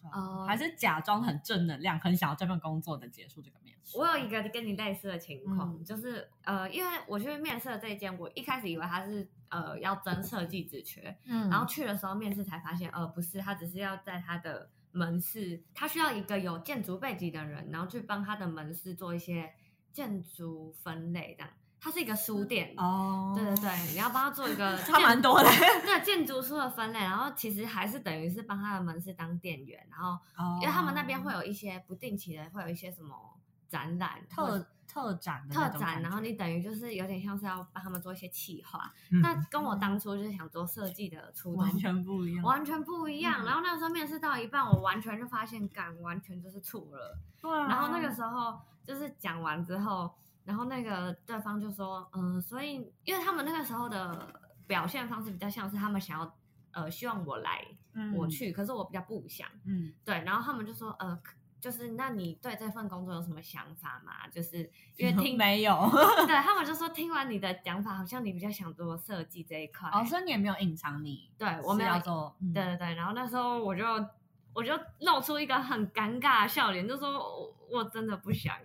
Speaker 3: 对啊
Speaker 4: 哦
Speaker 3: 还是假装很正能量，很想要这份工作的结束这个面试。
Speaker 4: 我有一个跟你类似的情况，
Speaker 3: 嗯
Speaker 4: 就是呃，因为我去面试的这一间，我一开始以为他是呃要争设计职缺，
Speaker 3: 嗯
Speaker 4: 然后去的时候面试才发现，呃，不是，他只是要在他的门市，他需要一个有建筑背景的人，然后去帮他的门市做一些建筑分类这样。它是一个书店，
Speaker 3: 哦，
Speaker 4: 对对对，你要帮他做一个
Speaker 3: [LAUGHS] 差蛮多的。
Speaker 4: 对建筑书的分类，然后其实还是等于是帮他的门市当店员，然后
Speaker 3: 哦
Speaker 4: 因为他们那边会有一些不定期的，会有一些什么展览或者
Speaker 3: 特特展的那
Speaker 4: 特
Speaker 3: 种感觉
Speaker 4: 展，然后你等于就是有点像是要帮他们做一些企划。
Speaker 2: 嗯
Speaker 4: 那跟我当初就是想做设计的初衷
Speaker 3: 完全不一样，
Speaker 4: 完全不一样。
Speaker 3: 嗯
Speaker 4: 然后那时候面试到一半，我完全就发现感完全就是错了。
Speaker 3: 对啊。
Speaker 4: 然后那个时候就是讲完之后，然后那个对方就说，嗯，所以因为他们那个时候的表现方式比较像是他们想要。呃，希望我来，
Speaker 3: 嗯
Speaker 4: 我，去，可是我比较不想，
Speaker 3: 嗯
Speaker 4: 对，然后他们就说，呃，就是那你对这份工作有什么想法吗？就是因为
Speaker 3: 嗯 [LAUGHS]
Speaker 4: 听，
Speaker 3: 没有，哦
Speaker 4: 对他们就说听完你的讲法，好像你比较想做设计这一块，
Speaker 3: 哦，所以你也没有隐藏你，
Speaker 4: 对我没有
Speaker 3: 要做，嗯
Speaker 4: 对，对对，然后那时候我就我就露出一个很尴尬的笑脸，就说我我真的不想。 [LAUGHS]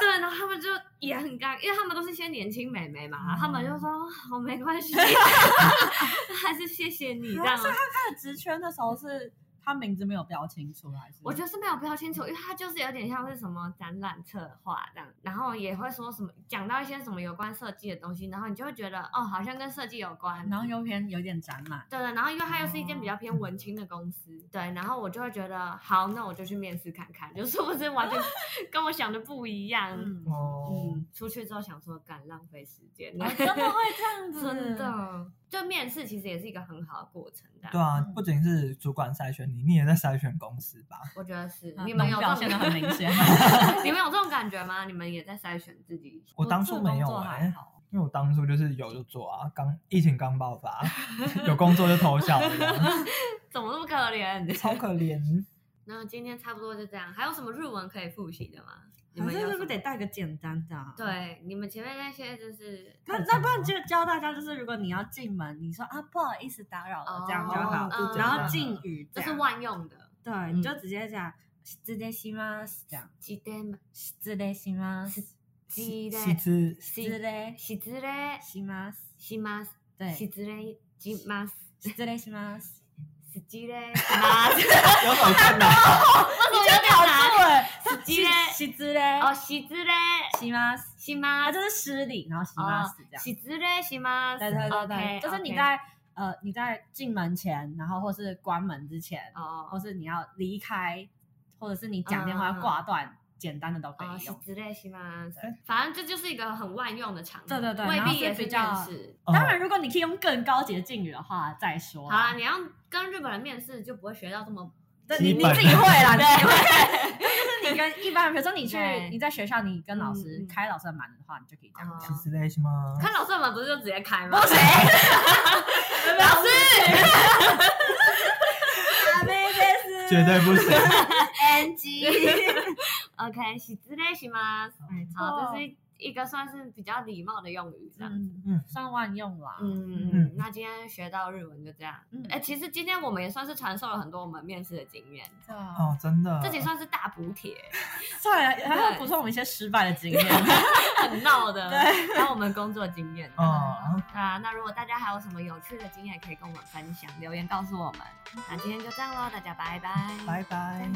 Speaker 4: 对，然后他们就也很尴，因为他们都是一些年轻美眉嘛，然后他们就说哦没关系，还是谢谢你这样。
Speaker 3: 他的职缺那时候是
Speaker 8: 他名字没有标清出来，是
Speaker 4: 我觉
Speaker 8: 得
Speaker 4: 得是没有标清楚，因为它就是有点像是什么展览策划这样，然后也会说什么讲到一些什么有关设计的东西，然后你就会觉得哦，好像跟设计有关。
Speaker 8: 然后又偏有点展览，
Speaker 4: 对对，然后因为它又是一间比较偏文青的公司，对，然后我就会觉得好，那我就去面试看看，就是不是完全 [LAUGHS] 跟我想的不一样。嗯
Speaker 2: 哦，
Speaker 4: [LAUGHS] 出去之后想说，敢浪费时间，
Speaker 8: 哦真的会这样子，
Speaker 4: 真的，就面试其实也是一个很好的过程的。
Speaker 2: 对啊，不仅是主管筛选你，你也在筛选公司吧？
Speaker 4: 我觉得是
Speaker 8: 啊。
Speaker 4: 你们有
Speaker 8: 表
Speaker 4: 这
Speaker 8: 现
Speaker 4: 种
Speaker 8: 的很明
Speaker 4: [LAUGHS]
Speaker 8: 显。
Speaker 4: 你们有这种感觉吗？你们也在筛选自己？
Speaker 2: 我当初没
Speaker 8: 这
Speaker 2: 有
Speaker 8: 工作
Speaker 2: 哎、
Speaker 8: 还好，
Speaker 2: 因为我当初就是有就做啊，刚疫情刚爆发，有工作就偷笑了，
Speaker 4: 怎么那么可怜？
Speaker 2: 超可怜。
Speaker 4: 那今天差不多就这样。还有什么日文可以复习的吗？你
Speaker 3: 反
Speaker 4: 们有
Speaker 3: 正
Speaker 4: 什
Speaker 3: 是不
Speaker 4: 么
Speaker 3: 是得带个简单的、啊？。
Speaker 4: 对，你们前面那些就是
Speaker 3: 那那不然就教大家，就是如果你要进门，你说啊不好意思打扰了，这样就好。
Speaker 4: 哦
Speaker 3: 然后
Speaker 4: 进
Speaker 3: 敬语这
Speaker 4: 这是嗯
Speaker 3: 样，
Speaker 4: 万用的。
Speaker 3: 对，你就直接讲“失礼します”这样，
Speaker 4: 几点？
Speaker 3: 失礼します，
Speaker 4: 几
Speaker 2: 西
Speaker 4: 点？
Speaker 2: 之
Speaker 3: 失礼
Speaker 4: 喜之嘞？
Speaker 3: します，
Speaker 4: 喜吗？
Speaker 3: 对，
Speaker 4: 喜之嘞？吉吗？
Speaker 3: 失礼し
Speaker 4: [LAUGHS]
Speaker 3: ます。
Speaker 4: 喜之嘞？吗？
Speaker 2: 有什么困难？
Speaker 4: 我有点难。 [LAUGHS]
Speaker 3: 对，
Speaker 4: 失礼
Speaker 3: 失礼
Speaker 4: 哦，喜之嘞？
Speaker 3: します，
Speaker 4: 喜吗
Speaker 3: 它？啊就是失礼，然后しま
Speaker 4: 哦
Speaker 3: す这样。
Speaker 4: 喜之嘞？喜吗？
Speaker 3: 对对对对，
Speaker 4: OK，
Speaker 3: 就是你
Speaker 4: OK
Speaker 3: 在呃你在进门前，然后或是关门之前，
Speaker 4: 哦
Speaker 3: 或是你要离开，或者是你讲电话
Speaker 4: 嗯嗯嗯
Speaker 3: 要挂断，简单的都可
Speaker 4: 哦，
Speaker 3: 以
Speaker 4: 喜
Speaker 3: 用。
Speaker 4: 之类喜吗
Speaker 2: 对？
Speaker 4: 反正这就是一个很万用的场合，
Speaker 3: 对对对
Speaker 4: 未
Speaker 3: 然后
Speaker 4: 必
Speaker 3: 是
Speaker 4: 也是
Speaker 3: 比较
Speaker 4: 面试。
Speaker 2: 哦
Speaker 3: 当然，如果你可以用更高级的敬语的话，再说啊
Speaker 4: 好啊
Speaker 3: 啦。
Speaker 4: 啦，你要跟日本人面试，就不会学到这么
Speaker 3: 对
Speaker 2: 基
Speaker 3: 你你
Speaker 2: 本
Speaker 3: 自己会啦，你
Speaker 4: [LAUGHS] 对
Speaker 3: 自己会。就是你跟一般人，比如说你去
Speaker 4: 对
Speaker 3: 你在学校，你跟老师
Speaker 4: 嗯嗯
Speaker 3: 开老师的满的话，你就可以这样。
Speaker 2: 西之类是吗？
Speaker 4: 啊看老师们不是就直接开吗
Speaker 3: 不？行，哎
Speaker 4: 老师，啊
Speaker 3: 阿贝贝
Speaker 2: 绝对不行。
Speaker 3: [LAUGHS] NG。
Speaker 4: OK，喜之类喜吗？好，这是一个算是比较礼貌的用语，这样。
Speaker 3: 嗯，算万用啦。
Speaker 4: 嗯嗯，那今天学到日文就这样。
Speaker 3: 嗯
Speaker 4: 哎，其实今天我们也算是传授了很多我们面试的经验，
Speaker 3: 哎
Speaker 2: 哦，真的。
Speaker 4: 自己算是大补帖，
Speaker 3: 对，还会补充我们一些失败的经验。
Speaker 4: 很闹 [LAUGHS] 的，还有我们工作经验。
Speaker 2: 哦，
Speaker 4: 啊，那如果大家还有什么有趣的经验，可以跟我们分享，留言告诉我们。那今天就这样喽，大家拜拜，
Speaker 2: 拜拜。